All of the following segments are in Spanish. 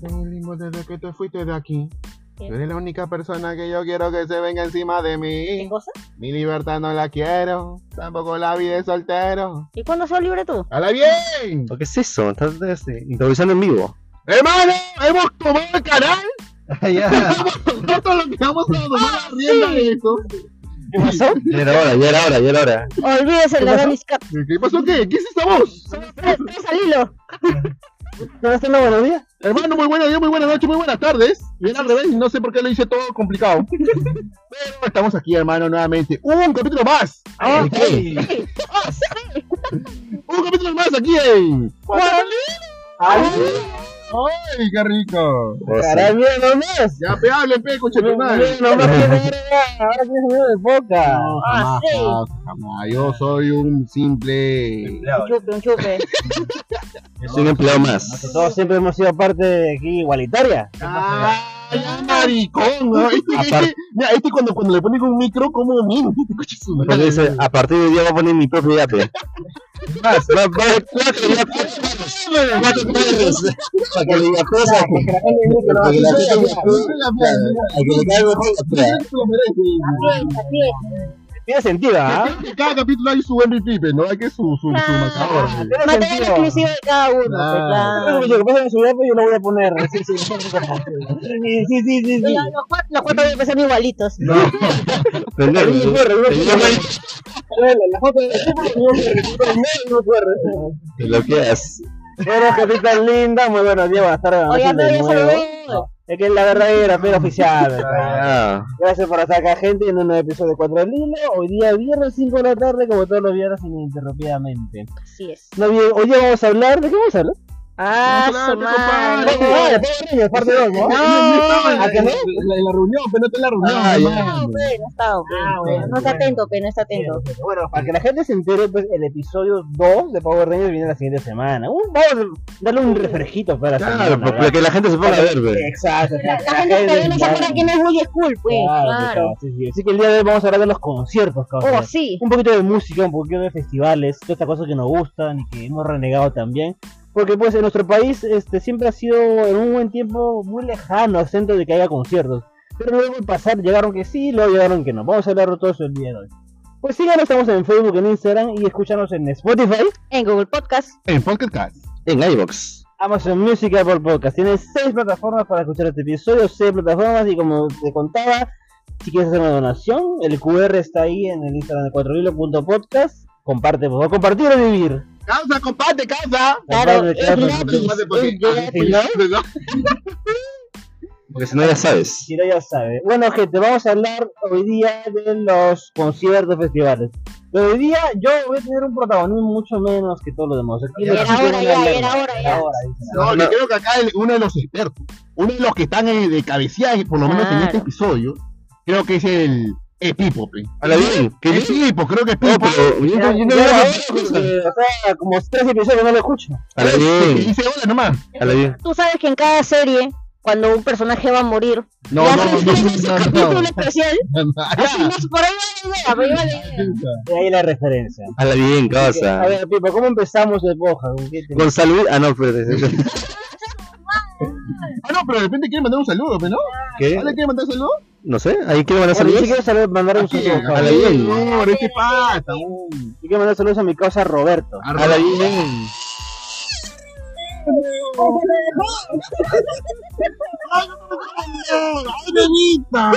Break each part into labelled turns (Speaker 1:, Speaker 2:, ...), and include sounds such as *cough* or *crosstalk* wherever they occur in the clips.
Speaker 1: tengo un limbo desde que te fuiste de aquí. Tú eres la única persona que yo quiero que se venga encima de
Speaker 2: ¿Qué
Speaker 1: mí.
Speaker 2: cosa?
Speaker 1: Mi libertad no la quiero, tampoco la vida de soltero.
Speaker 2: ¿Y cuándo sos libre tú?
Speaker 1: ¡Hala *laughs* bien!
Speaker 3: ¿O ¿Qué es eso? ¿Estás este, improvisando en vivo?
Speaker 1: ¡Hermano! ¡Hemos tomado el canal!
Speaker 3: Ah, ya.
Speaker 1: Nosotros lo que vamos a tomar la rienda de esto.
Speaker 3: ¿Qué pasó? Ya era hora, ya era hora, ya era hora.
Speaker 2: *laughs* Olvídese
Speaker 3: ¿Qué
Speaker 2: la
Speaker 3: pasó?
Speaker 2: Danis Cup.
Speaker 1: ¿Qué pasó? ¿Qué? ¿Qué es esta voz?
Speaker 2: Somos tres, tres al hilo.
Speaker 3: ¿No haces una buenos días?
Speaker 1: Hermano, muy buenos días, muy buenas noches, muy buenas tardes. Bien al revés, no sé por qué lo hice todo *laughs* complicado. Pero estamos aquí, hermano, nuevamente. Un capítulo más.
Speaker 3: Ah,
Speaker 1: Ay,
Speaker 2: *laughs* Oh,
Speaker 1: Un capítulo más aquí en. ¡Ay, ay, qué rico!
Speaker 3: Oh, sí.
Speaker 4: nomás!
Speaker 1: Ya pe, hablen, pe, coche tu madre. *laughs*
Speaker 4: nomás ahora tienes miedo de boca.
Speaker 1: No,
Speaker 2: Ah,
Speaker 1: jamás,
Speaker 2: sí.
Speaker 1: jamás, jamás. Yo soy un simple.
Speaker 2: Un chupe, un chupe.
Speaker 3: Yo soy un empleado más.
Speaker 4: Nosotros siempre hemos sido parte de aquí igualitaria.
Speaker 1: ¡Ah, ya maricón! ¿no? Este,
Speaker 3: Aparte-
Speaker 1: este, mira, este cuando, cuando le ponen un micro, ¿cómo *laughs* miente? Este coche su
Speaker 3: Porque
Speaker 1: madre.
Speaker 3: dice, a partir de hoy voy a poner mi propio yate. Más, va, va a haber cuatro yates. Cuatro perros. Para que le diga cosas. Para que la gente me Para que le caiga mejor la prueba.
Speaker 1: Se lo merece.
Speaker 2: Así es, así es.
Speaker 4: Tiene sentido, ¿ah?
Speaker 1: Que Cada capítulo hay su MVP, pero ¿no? Hay que su, su, su marcador.
Speaker 2: Ah,
Speaker 1: ¿no?
Speaker 2: Material
Speaker 4: sentido.
Speaker 2: exclusivo de cada uno.
Speaker 1: Claro.
Speaker 2: pues, claro.
Speaker 4: Lo que pasa en su vida, pues, yo lo voy a poner. Sí, sí, sí, sí, sí, sí, sí.
Speaker 2: Los cuatro- los cuatro deben ser igualitos.
Speaker 3: Pendejo.
Speaker 4: Sí, perro, no,
Speaker 3: Te llaman
Speaker 4: La foto del equipo, yo me recuerdo el medio, perro.
Speaker 3: y te bloqueas.
Speaker 4: Bueno, gente tan linda, muy buenos días, buenas tardes, buenas
Speaker 2: Oye,
Speaker 4: noches
Speaker 2: no,
Speaker 4: de
Speaker 2: ya
Speaker 4: nuevo.
Speaker 2: saludo.
Speaker 4: Es que es la verdadera, pero oficial. ¿verdad?
Speaker 3: Ah,
Speaker 4: Gracias por estar acá, gente, en un nuevo episodio de Cuatro al Hilo. Hoy día viernes 5 de la tarde, como todos los viernes, ininterrumpidamente.
Speaker 2: Así es.
Speaker 4: No, bien, hoy día vamos a hablar. ¿De qué vamos a hablar?
Speaker 2: Ah,
Speaker 1: Claro,
Speaker 2: su
Speaker 1: te
Speaker 2: madre.
Speaker 1: compadre.
Speaker 4: Ah, de Power Rangers, parte 2, ¿no?
Speaker 1: ¿A
Speaker 4: ¿a
Speaker 1: que
Speaker 4: que
Speaker 1: no?
Speaker 4: no?
Speaker 1: En la en la reunión, pero no está en la reunión.
Speaker 3: Ah, ya.
Speaker 1: hermano.
Speaker 2: No, pe, no está, pe.
Speaker 4: Ah, bueno,
Speaker 2: No está
Speaker 4: bueno.
Speaker 2: atento, pe, no está atento.
Speaker 4: Bueno, para que la gente se entere, pues el episodio 2 de Power Rangers viene la siguiente semana. Un- vamos a darle un refresquito para la
Speaker 3: Claro,
Speaker 4: semana,
Speaker 3: para
Speaker 4: ¿verdad?
Speaker 3: para que la gente se ponga a ver, ve.
Speaker 4: Exacto.
Speaker 2: La la gente todavía no se acuerda quién es Bully School, pues.
Speaker 4: Claro,
Speaker 2: Claro.
Speaker 4: sí, sí. Así que el día de hoy vamos a hablar de los conciertos, cabrón.
Speaker 2: Oh, sí.
Speaker 4: un poquito de música, un poquito de festivales, todas estas cosas que nos gustan y que hemos renegado también. Porque pues en nuestro país este siempre ha sido en un buen tiempo muy lejano el centro de que haya conciertos. Pero luego al pasar llegaron que sí, luego llegaron que no. Vamos a hablar de todo eso el día de hoy. Pues síganos, estamos en Facebook, en Instagram y escúchanos en Spotify,
Speaker 2: En Google Podcast.
Speaker 1: En Pocket Cast.
Speaker 3: En iVox.
Speaker 4: Amazon Music, Apple Podcast. Tienes seis plataformas para escuchar este episodio, seis plataformas y como te contaba, si quieres hacer una donación, el QR está ahí en el Instagram de 4vilo.podcast. Comparte, por favor, compartir o vivir.
Speaker 1: Causa, comparte, causa. pues,
Speaker 2: Claro,
Speaker 4: Compadre,
Speaker 2: es
Speaker 4: claro,
Speaker 2: gratis.
Speaker 1: Comparte, porque-
Speaker 2: es gratis.
Speaker 4: Ah, ¿no?
Speaker 1: pues,
Speaker 3: Porque si no ya sabes.
Speaker 4: Si no, ya sabe. Bueno, gente, vamos a hablar hoy día de los conciertos, festivales. Pero hoy día yo voy a tener un protagonismo mucho menos que todos los demás. Aquí
Speaker 2: Ya
Speaker 4: los
Speaker 2: era
Speaker 4: chicos
Speaker 2: hora,
Speaker 4: van a
Speaker 2: ya,
Speaker 4: hablar.
Speaker 2: ya era hora, ya.
Speaker 4: hora, dice.
Speaker 1: No, yo creo que acá el- uno de los expertos, uno de los que están eh, de cabecilla, eh, por lo menos en
Speaker 2: Claro.
Speaker 1: este episodio, creo que es el el Pipo. pe.
Speaker 3: Habla bien. ¿Qué
Speaker 1: El Pipo, creo que es
Speaker 3: No,
Speaker 1: Pipo.
Speaker 3: oh, pero yo
Speaker 4: Ya,
Speaker 3: no, yo no
Speaker 4: ya
Speaker 3: veo
Speaker 4: era
Speaker 3: la
Speaker 4: hora, porque, eh, o sea, como tres episodios no lo escucho.
Speaker 3: Habla
Speaker 1: Que
Speaker 3: bien.
Speaker 1: dice hola nomás.
Speaker 3: Habla bien.
Speaker 2: Tú sabes que en cada serie, cuando un personaje va a morir,
Speaker 1: No,
Speaker 2: le
Speaker 1: no,
Speaker 2: hacen
Speaker 1: no,
Speaker 2: su- su
Speaker 1: no, no,
Speaker 2: capítulo
Speaker 1: no.
Speaker 2: especial. Así
Speaker 1: Ajá.
Speaker 2: no, por ahí va la idea, por ahí va la idea.
Speaker 4: De ahí la referencia.
Speaker 3: Habla bien, cosa.
Speaker 4: A ver, Pipo, ¿cómo empezamos de Boja? ¿Con qué te-
Speaker 3: Con salud. Ah, no, espérate.
Speaker 1: Ah, no, pero de repente quieren mandar un saludo, pe, ¿no?
Speaker 3: ¿Qué?
Speaker 1: ¿Ale quiere mandar saludo?
Speaker 3: No sé. ¿Ahí quiere mandar
Speaker 4: Bueno, yo sí
Speaker 3: saludos?
Speaker 4: quiero saber- mandar un
Speaker 1: Aquí,
Speaker 4: saludo. por
Speaker 1: a la
Speaker 4: favor.
Speaker 3: bien.
Speaker 1: Igor, este pata, uy.
Speaker 4: Yo quiero mandar saludos a mi causa Roberto.
Speaker 1: Ah.
Speaker 3: Habla bien.
Speaker 1: ¡Ay, nenita!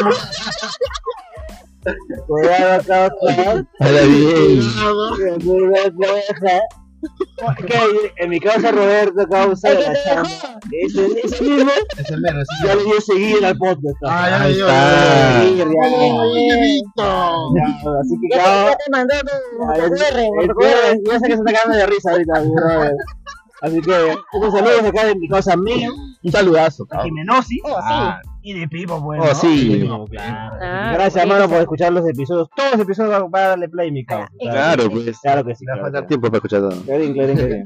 Speaker 4: Cuidado, causa.
Speaker 3: Habla bien.
Speaker 4: Cuidado, causa. Ok, en mi causa Roberto, causa
Speaker 2: El
Speaker 4: de
Speaker 2: que
Speaker 4: la
Speaker 2: te
Speaker 4: chamba.
Speaker 2: dejó.
Speaker 4: Ese, ese mismo,
Speaker 1: Es el mero,
Speaker 4: ya le dio seguir al podcast. causa.
Speaker 1: Ay, ay,
Speaker 3: Ahí
Speaker 1: ay.
Speaker 3: está.
Speaker 4: Seguir,
Speaker 1: ¡Ay,
Speaker 4: ya.
Speaker 1: nenito!
Speaker 4: Ya, Así que
Speaker 2: Ya te-
Speaker 4: ya.
Speaker 2: ya te mandó tu-
Speaker 4: A
Speaker 2: tu
Speaker 4: ver,
Speaker 2: QR,
Speaker 4: el
Speaker 2: tu
Speaker 4: QR,
Speaker 2: QR.
Speaker 4: Ya sé que se está cagando de risa ahorita, mi brother. Así que, un saludo acá de mi causa Melo,
Speaker 1: Un saludazo, cabrón.
Speaker 4: Jimenosi
Speaker 2: Oh,
Speaker 1: Ah,
Speaker 2: sí.
Speaker 4: y de Pipo, pues.
Speaker 3: Oh,
Speaker 4: ¿no?
Speaker 3: sí.
Speaker 2: Ah,
Speaker 4: Gracias,
Speaker 2: bonito.
Speaker 4: hermano, por escuchar los episodios. Todos los episodios van a darle play, mi causa.
Speaker 3: Claro, pues.
Speaker 4: Claro que sí.
Speaker 3: Me va a
Speaker 4: claro
Speaker 3: faltar
Speaker 4: que sí.
Speaker 3: tiempo para escuchar todo.
Speaker 4: Clarín, clarín, clarín.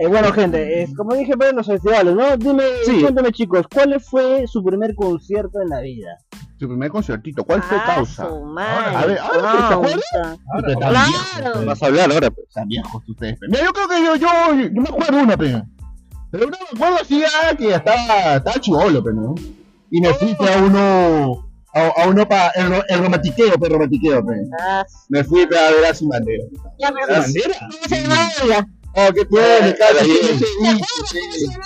Speaker 4: Eh, bueno, gente, es, como dije, pero en los festivales, ¿no? Dime,
Speaker 3: Sí.
Speaker 4: cuéntame, chicos, ¿cuál fue su primer concierto en la vida?
Speaker 1: Su primer conciertito, ¿cuál fue
Speaker 2: Ah,
Speaker 1: este causa?
Speaker 2: su madre.
Speaker 1: A ver, ahora se
Speaker 2: Ah,
Speaker 1: acuerda.
Speaker 2: gusta.
Speaker 1: Puta, están
Speaker 2: Claro.
Speaker 1: viejos, pe.
Speaker 3: Vas a hablar ahora, pues.
Speaker 1: Están viejos ustedes. pe. Mira, yo creo que yo, yo, yo me acuerdo una, pe. Pero no me acuerdo si era que estaba, estaba chivolo, pero no. Y me fui pe, a uno. A, a uno para el, ro- el romantiqueo, pero romantiqueo, pe.
Speaker 2: Ah,
Speaker 1: Me fui pe, a ver a sin bandera.
Speaker 2: ya, pero
Speaker 3: ¿Sin
Speaker 2: ¿cómo se
Speaker 3: bandera?
Speaker 2: cómo se llamaba ella?
Speaker 1: Oh, qué tiene, cara,
Speaker 3: ahí.
Speaker 1: ¿Qué se dice,
Speaker 2: ¿Cómo
Speaker 1: pe?
Speaker 2: se llamaba ella?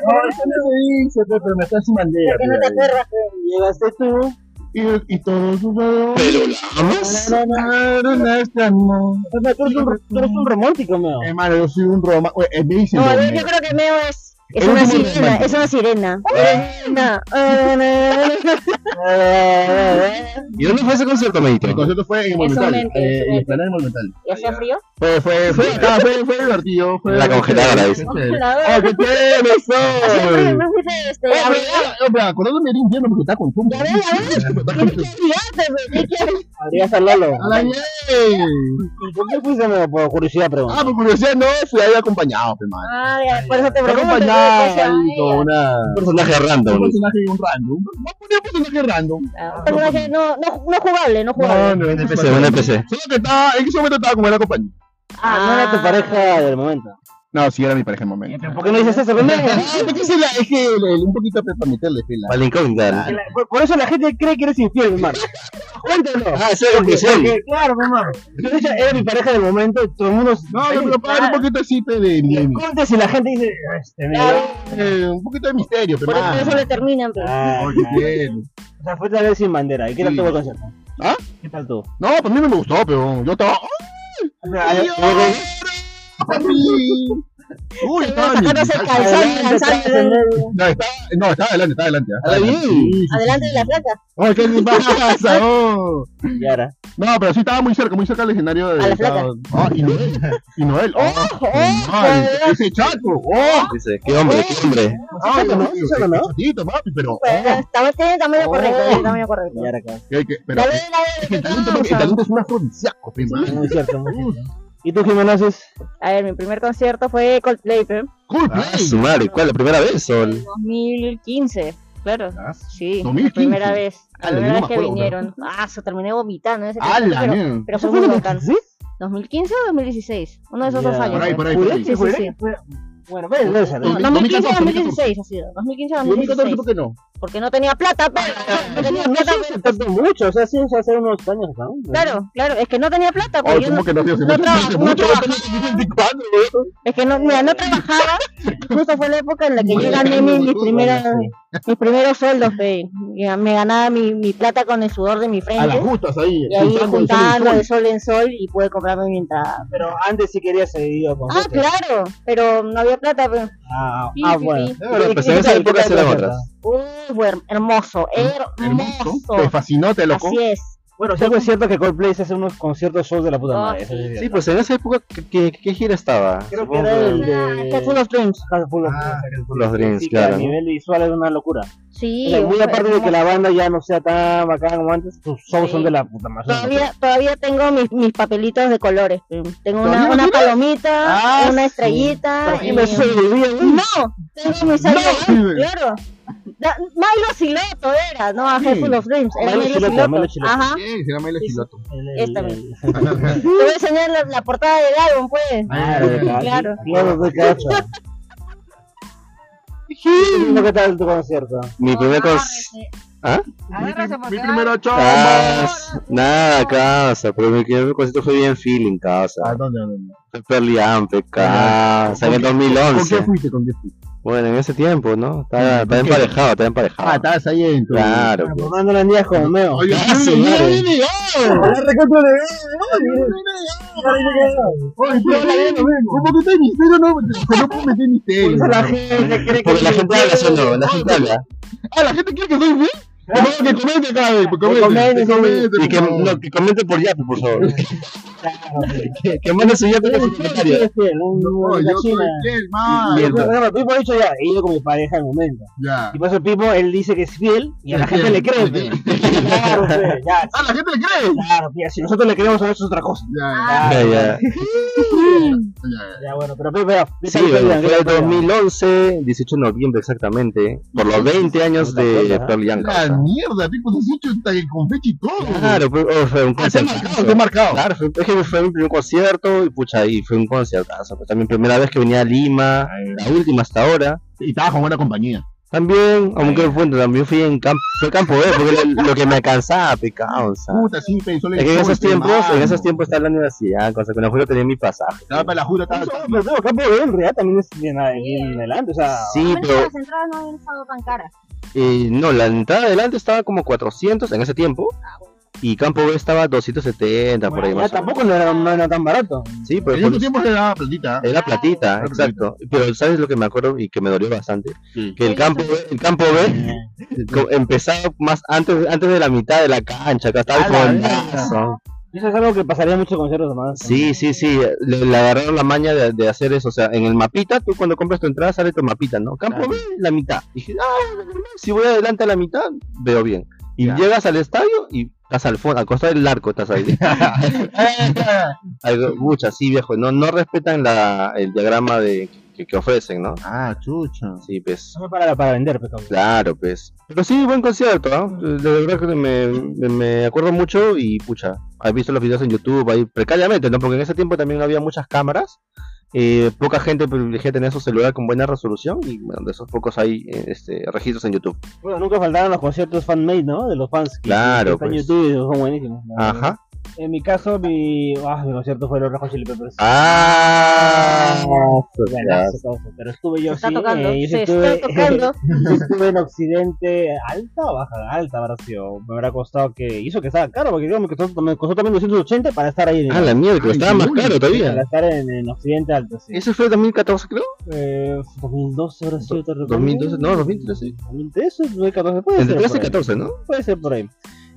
Speaker 1: No, eso no se dice, pe, pero me está sin bandera.
Speaker 2: ¿Por qué no te
Speaker 1: pe, ahí.
Speaker 2: acuerdas?
Speaker 4: Llegaste tú.
Speaker 1: Y, y todos sus valores
Speaker 3: Pero la amas.
Speaker 1: ganaron a este amor.
Speaker 4: Papá, Tú eres un, tú eres un romántico, meo.
Speaker 1: Hermano, yo soy un roma. Oye, eh, me dicen
Speaker 2: No, a ver,
Speaker 1: romero.
Speaker 2: yo creo que Meo es. Es
Speaker 1: El
Speaker 2: una
Speaker 1: último
Speaker 2: sirena,
Speaker 1: romántico.
Speaker 2: es una sirena.
Speaker 1: Ah.
Speaker 2: Sirena. Ah,
Speaker 1: *laughs* Eh,
Speaker 2: ¿Y
Speaker 3: ¿Y dónde fue ese concierto, Medito?
Speaker 1: El concierto fue en el Monumental.
Speaker 2: mente,
Speaker 1: eh, en
Speaker 2: su
Speaker 1: el
Speaker 2: mente.
Speaker 1: Planeta Monumental.
Speaker 2: hacía frío?
Speaker 1: Fue, fue, fue, ah, fue, fue divertido. Fue
Speaker 3: La congeladora,
Speaker 1: fue-
Speaker 2: *laughs*
Speaker 3: dice.
Speaker 1: fue-
Speaker 2: Congeladora.
Speaker 1: ¡Ah, qué Eh, chévere,
Speaker 2: Hacía frío,
Speaker 1: eso!
Speaker 2: no fuiste este.
Speaker 1: Oye,
Speaker 2: abrigado.
Speaker 1: pero- pero acordándome era invierno porque estaba con chumbo. pues,
Speaker 2: Ya ves, ya ves. Tienes que abrigarte, güey, ¿qué quieres?
Speaker 4: Habrías a Lolo.
Speaker 1: ¡A Ah, la ñey!
Speaker 4: ¿Y por qué fuiste, meo? Por curiosidad, pregunta.
Speaker 1: Ah, por curiosidad, no, fui ahí acompañado, pe, man.
Speaker 2: Ah, ya, por eso te
Speaker 1: Fui
Speaker 2: pregunto. ¿qué
Speaker 1: acompañado
Speaker 2: cosa?
Speaker 1: ahí con una...
Speaker 3: Un personaje
Speaker 1: Un
Speaker 3: random.
Speaker 1: personaje un random. Vamos a poner un personaje random.
Speaker 2: Ah, Un personaje no, no, no jugable, no jugable.
Speaker 1: no,
Speaker 3: Un NPC, un NPC.
Speaker 1: Solo que estaba, en ese momento estaba como era compañía.
Speaker 4: Ah, no era tu pareja del momento.
Speaker 1: No, sí, era mi pareja en el momento.
Speaker 4: ¿Pero por qué no dices eso, meo?
Speaker 1: Ah, porque *laughs* sí, la- es que le- le- un poquito pe, para meterle fila.
Speaker 3: Para la incógnita.
Speaker 4: Que la- Por, por eso la gente cree que eres infiel, hermano. Cuéntalo.
Speaker 3: Ah, ese era un
Speaker 4: Porque, claro, mi hermano. Yo de hecho, era mi pareja del momento y todo el mundo.
Speaker 1: No, pero para un poquito así pe, de, de-
Speaker 4: Cuenta si la gente dice. Este, meo.
Speaker 1: eh, un poquito de misterio, pero
Speaker 2: Por eso eso
Speaker 1: más.
Speaker 2: le terminan, pero.
Speaker 4: Ah,
Speaker 1: Oye, bien.
Speaker 4: O sea, fuiste a ver sin bandera. ¿Y qué tal
Speaker 1: Sí.
Speaker 4: tuvo el concierto?
Speaker 1: ¿Ah?
Speaker 4: ¿Qué tal tú?
Speaker 1: No, pues a mí no me gustó, pero yo estaba. ¡ah!
Speaker 4: O sea, yo-
Speaker 1: ¡Ay! Uy, estaba en mi-
Speaker 2: Sacándose el
Speaker 1: estaba-
Speaker 2: calzón, el
Speaker 4: Adelante,
Speaker 2: calzón.
Speaker 4: adelante,
Speaker 1: No, estaba, no, estaba adelante, estaba adelante. estaba
Speaker 3: Ahora
Speaker 1: adelante.
Speaker 3: bien.
Speaker 1: Sí, sí,
Speaker 2: Adelante
Speaker 1: sí.
Speaker 2: de la placa.
Speaker 1: Oye, ¿qué le pasa? *laughs* Oh.
Speaker 4: Y ahora.
Speaker 1: No, pero sí estaba muy cerca, muy cerca del escenario de.
Speaker 2: A la flaca.
Speaker 1: Ah, y Noel. Y Noel. ¡Oh!
Speaker 2: *laughs* ¡Oh!
Speaker 1: qué mal. ¡Ese chato! ¡Oh!
Speaker 3: Dice, qué hombre, qué hombre.
Speaker 1: ¡Ay,
Speaker 4: chato, ¿no?
Speaker 1: Dios mío,
Speaker 4: Ese chato, ¿no?
Speaker 1: ese chatito, papi, pero. oh,
Speaker 2: Pues, Estaba tiene tamaño
Speaker 1: Oh.
Speaker 2: correcto, tiene tamaño correcto.
Speaker 4: Y ahora acá.
Speaker 1: que- que- Pero.
Speaker 2: La vez, la vez,
Speaker 1: Es que el
Speaker 2: la
Speaker 1: talento,
Speaker 2: vez.
Speaker 1: el talento es un afrodisíaco, pe, man.
Speaker 4: Muy cierto, muy cierto. ¿Y tú, Jimena, haces?
Speaker 2: A ver, mi primer concierto fue Coldplay, ¿eh? pero
Speaker 1: Coldplay.
Speaker 3: Ah, su madre, ¿cuál? ¿La primera vez? O...
Speaker 2: en 2015, claro.
Speaker 1: Ah,
Speaker 2: Sí, la
Speaker 1: 2015.
Speaker 2: primera vez. La
Speaker 1: Ala, yo no
Speaker 2: primera
Speaker 1: Ah,
Speaker 2: vez
Speaker 1: me
Speaker 2: que
Speaker 1: acuerdo,
Speaker 2: vinieron. Ah, se terminé vomitando en ese concierto,
Speaker 1: ¡Hala,
Speaker 2: pero,
Speaker 1: man!
Speaker 2: pero fue muy bacán.
Speaker 4: ¿Sí?
Speaker 2: ¿2015 o 2016? Uno de esos dos
Speaker 4: Ya.
Speaker 2: años.
Speaker 1: Por ahí,
Speaker 2: ¿no?
Speaker 1: por ahí, por
Speaker 4: ¿Juré?
Speaker 1: ahí.
Speaker 2: Sí, sí, sí.
Speaker 4: Bueno, ves, ves, ves.
Speaker 2: No, 2015 o 2016 ha sido. 2015 o
Speaker 1: ¿Y 2014 por
Speaker 2: 2016.
Speaker 1: qué no?
Speaker 2: Porque no tenía plata, pero.
Speaker 1: Ah,
Speaker 2: No tenía
Speaker 4: No
Speaker 2: plata,
Speaker 4: se
Speaker 2: pero.
Speaker 4: tardó mucho, o sea, sí, o sea, hace unos años, ¿no?
Speaker 2: Claro, claro, es que no tenía plata,
Speaker 1: Oh,
Speaker 2: pero yo
Speaker 1: ¿cómo
Speaker 2: no,
Speaker 1: que no? Tío, si
Speaker 2: no
Speaker 1: me
Speaker 2: traba-
Speaker 1: hace
Speaker 2: no
Speaker 1: mucho,
Speaker 2: traba-
Speaker 1: yo tengo 54, güey.
Speaker 2: es que no, mira, no trabajaba. Justo fue la época en la que yo
Speaker 1: Bueno,
Speaker 2: gané mi-
Speaker 1: bueno,
Speaker 2: mis
Speaker 1: tú,
Speaker 2: primeras,
Speaker 4: bueno, sí.
Speaker 2: mis primeros sueldos, pe. Ya Me ganaba mi, mi plata con el sudor de mi
Speaker 1: A las
Speaker 2: frente.
Speaker 1: justas ahí.
Speaker 2: Eh, Y ahí
Speaker 1: juntando el sol
Speaker 2: juntando
Speaker 1: y
Speaker 2: de
Speaker 1: el sol.
Speaker 2: sol en sol y pude comprarme mi entrada.
Speaker 4: Pero antes sí quería seguir con
Speaker 2: Ah,
Speaker 1: pues.
Speaker 2: claro, pero no había plata, pues. pe.
Speaker 4: Ah,
Speaker 2: Sí,
Speaker 4: ah,
Speaker 2: sí,
Speaker 4: bueno.
Speaker 2: sí.
Speaker 3: Pero pues en esa época se eran otras.
Speaker 2: Uh, fue her- hermoso, hermoso.
Speaker 1: Hermoso. Te fascinó, te loco.
Speaker 2: Así es.
Speaker 4: Bueno, sí, algo es cierto que Coldplay se hace unos conciertos shows de la puta
Speaker 2: Ah,
Speaker 4: madre. eso
Speaker 2: sí.
Speaker 4: es
Speaker 3: Sí,
Speaker 4: cierto.
Speaker 3: pues en esa época, ¿qué, qué, qué gira estaba?
Speaker 4: Creo que
Speaker 3: Supongo
Speaker 4: era el
Speaker 2: Ah,
Speaker 4: de.
Speaker 2: Full of Dreams.
Speaker 4: Full of-
Speaker 1: Ah,
Speaker 3: Full of Dreams,
Speaker 4: sí, que
Speaker 3: claro.
Speaker 4: A nivel visual es una locura. O
Speaker 2: Sí.
Speaker 4: sea, muy
Speaker 2: fue
Speaker 4: aparte de que la banda ya no sea tan bacana como antes, sus shows
Speaker 2: Sí.
Speaker 4: son de la puta madre.
Speaker 2: Todavía, todavía tengo mis, mis papelitos de colores. Tengo una,
Speaker 1: ¿Todavía
Speaker 2: una
Speaker 1: los tienes?
Speaker 2: palomita,
Speaker 1: Ah,
Speaker 2: una
Speaker 1: sí.
Speaker 2: estrellita. y-
Speaker 4: Trajime eso y lo vi, uy,
Speaker 2: No, tengo mi saldo. claro. Da- Milo Siloto era, no, a
Speaker 1: Sí.
Speaker 2: Full of Dreams. Era
Speaker 4: Milo
Speaker 2: Milo
Speaker 4: Siloto,
Speaker 2: Siloto.
Speaker 4: Milo Siloto.
Speaker 2: Ajá.
Speaker 1: Sí, Eh, se llama el Esquiloto.
Speaker 4: el- el-
Speaker 2: Esta
Speaker 4: el-
Speaker 2: vez. Te voy a enseñar la, la portada del álbum, pues.
Speaker 4: Claro,
Speaker 2: Claro.
Speaker 4: Claro, de cacho. ¿Qué tal tu concierto?
Speaker 3: Mi primer con... ¿Ah?
Speaker 1: Mi mi primero
Speaker 3: Ah,
Speaker 1: chamba.
Speaker 3: s- nada, casa, pero mi primer concierto fue bien feeling, casa.
Speaker 1: Ah, dónde? dónde?
Speaker 3: Fue Pearl Jam, pe, casa, en el
Speaker 1: ¿Con qué
Speaker 3: 2011.
Speaker 1: fuiste? ¿Con qué fuiste?
Speaker 3: Bueno, en ese tiempo, ¿no? Estaba,
Speaker 1: ¿Por
Speaker 3: estaba
Speaker 1: qué?
Speaker 3: emparejado, estaba emparejado.
Speaker 1: Ah, estabas ahí en tu...
Speaker 3: Claro, pues.
Speaker 4: Formando las días como meo.
Speaker 1: Oye,
Speaker 3: Ah,
Speaker 1: sí,
Speaker 3: sí,
Speaker 1: mira,
Speaker 3: claro.
Speaker 1: mira, mira. Oye, pero ahora ya lo vemos. Un poquito de misterio, no, porque no puedo meter misterio.
Speaker 4: La gente cree que
Speaker 3: pues. Porque la gente habla, ¿sí o no? La gente habla.
Speaker 1: Ah, la gente quiere que soy bien. No, que comente cada vez, pues, comente,
Speaker 4: comente,
Speaker 1: que comente,
Speaker 3: Y
Speaker 1: por
Speaker 3: que,
Speaker 1: favor.
Speaker 3: no, que comente por Yape, por favor.
Speaker 4: Claro, sí.
Speaker 3: Que, que mande su Yape con su
Speaker 4: Sí,
Speaker 3: comentario.
Speaker 4: es fiel, un-
Speaker 1: No,
Speaker 4: un-
Speaker 1: yo
Speaker 4: la
Speaker 1: soy
Speaker 4: China.
Speaker 1: fiel, man.
Speaker 4: Y el
Speaker 3: Mierda.
Speaker 4: programa Pipo ha dicho ya, he ido con mi pareja al momento.
Speaker 1: Ya.
Speaker 4: Y por eso Pipo, él dice que es fiel y a la
Speaker 1: Es
Speaker 4: gente
Speaker 1: fiel,
Speaker 4: le cree.
Speaker 1: es fiel.
Speaker 4: pe. Claro, pe, ya,
Speaker 1: Ah, la gente le cree.
Speaker 4: claro, pe, si nosotros le queremos a eso es otra cosa.
Speaker 1: Ya,
Speaker 3: Ya,
Speaker 4: Claro,
Speaker 3: ya.
Speaker 1: ya, ya.
Speaker 4: Ya, bueno, pero Pipo, ya,
Speaker 3: Sí,
Speaker 4: ya,
Speaker 3: bueno,
Speaker 4: ya,
Speaker 3: fue
Speaker 4: ya,
Speaker 3: el
Speaker 4: ya.
Speaker 3: 2011, 18 de noviembre exactamente, por los 20 años de Pearl Jam.
Speaker 1: Gran mierda, tipo, se has hecho hasta que con fecha y todo.
Speaker 3: Claro, fue, oh, fue un concierto.
Speaker 1: te he marcado.
Speaker 3: Claro, fue, es que fue mi primer concierto y pucha, y fue un conciertazo. Pues también primera vez que venía a Lima, la última hasta ahora.
Speaker 1: Y estabas con buena compañía.
Speaker 3: También, aunque fue, también fui en campo, fue campo B, porque lo, lo que me alcanzaba, picado, o sea.
Speaker 1: Puta, sí, pensó
Speaker 3: Ah. Es que en
Speaker 1: este
Speaker 3: esos tiempos, en esos tiempos estaba en la universidad, cosa que no juro tenía mi pasaje.
Speaker 1: Estaba para la jura, estaba.
Speaker 4: Eso, pero tengo campo de en realidad también es bien, bien adelante, o sea.
Speaker 3: Sí,
Speaker 2: Por eso
Speaker 3: pero
Speaker 2: Las entradas no habían estado tan caras.
Speaker 3: eh, no, la entrada adelante estaba como 400 en ese tiempo. Y campo B estaba 270 por ahí
Speaker 4: ya
Speaker 3: más. o menos.
Speaker 4: tampoco no era, no era tan barato.
Speaker 3: Sí, pero
Speaker 1: En
Speaker 3: por-
Speaker 1: esos tiempos le daba platita.
Speaker 3: Era platita,
Speaker 1: Era
Speaker 3: exacto. Pero sabes lo que me acuerdo y que me dolió bastante,
Speaker 1: Sí.
Speaker 3: que el campo B, el campo B co- empezaba más antes antes de la mitad de la cancha, acá estaba
Speaker 1: A
Speaker 3: el
Speaker 1: la
Speaker 3: fondazo.
Speaker 4: Eso es algo que pasaría mucho con ciertos hermanos.
Speaker 3: Sí, sí, sí, le, le agarraron la maña de, de hacer eso, o sea, en el mapita, tú cuando compras tu entrada sale tu mapita, ¿no? Campo
Speaker 4: Claro.
Speaker 3: B, la mitad. dije, ah, si voy adelante a la mitad, veo bien. Y
Speaker 1: Ya.
Speaker 3: llegas al estadio y estás al fondo, al costado del arco estás ahí. *laughs* Eh, Algo, mucha, sí, viejo, no no respetan la, el diagrama de que- que ofrecen, ¿no?
Speaker 1: Ah, chucha.
Speaker 3: Sí, pues.
Speaker 4: Eso fue para, para vender, pero.
Speaker 3: Claro, pues. Pero sí, buen concierto, ¿no? De de verdad que me, me- me acuerdo mucho y pucha, has visto los videos en YouTube ahí precariamente, ¿no? Porque en ese tiempo también había muchas cámaras, eh, poca gente privilegiada tenía su celular con buena resolución y bueno, de esos pocos hay eh, este, registros en YouTube.
Speaker 4: Bueno, nunca faltaron los conciertos fan-made, ¿no? De los fans que,
Speaker 3: Claro,
Speaker 4: que están
Speaker 3: pues.
Speaker 4: en YouTube y son buenísimos. ¿no?
Speaker 3: Ajá.
Speaker 4: En mi caso, mi, ah, mi concierto fue los Rojos Chili Peppers.
Speaker 3: Ah,
Speaker 4: Buenazo, causa, pero estuve yo
Speaker 2: Se está
Speaker 4: sí,
Speaker 2: tocando,
Speaker 4: eh, yo sí
Speaker 2: se
Speaker 4: estuve, *laughs*
Speaker 2: está tocando.
Speaker 4: yo estuve en Occidente, alta o baja, alta habrá sido, me habrá costado que, y eso que estaba caro, porque creo que me costó, me costó también 280 para estar ahí en,
Speaker 3: ah, la mierda,
Speaker 1: Ay,
Speaker 3: estaba más
Speaker 1: qué
Speaker 3: caro
Speaker 4: para
Speaker 3: todavía.
Speaker 4: estar en, en Occidente alto, sí.
Speaker 3: Ese fue 2014, creo.
Speaker 4: Eh, 2012 habrá sido, te recuerdo.
Speaker 3: 2012, no, 2013.
Speaker 4: 2013, 2014, puede
Speaker 3: Entre
Speaker 4: ser,
Speaker 3: 13
Speaker 4: por
Speaker 3: y
Speaker 4: ahí,
Speaker 3: 14, ¿no?
Speaker 4: puede ser por ahí.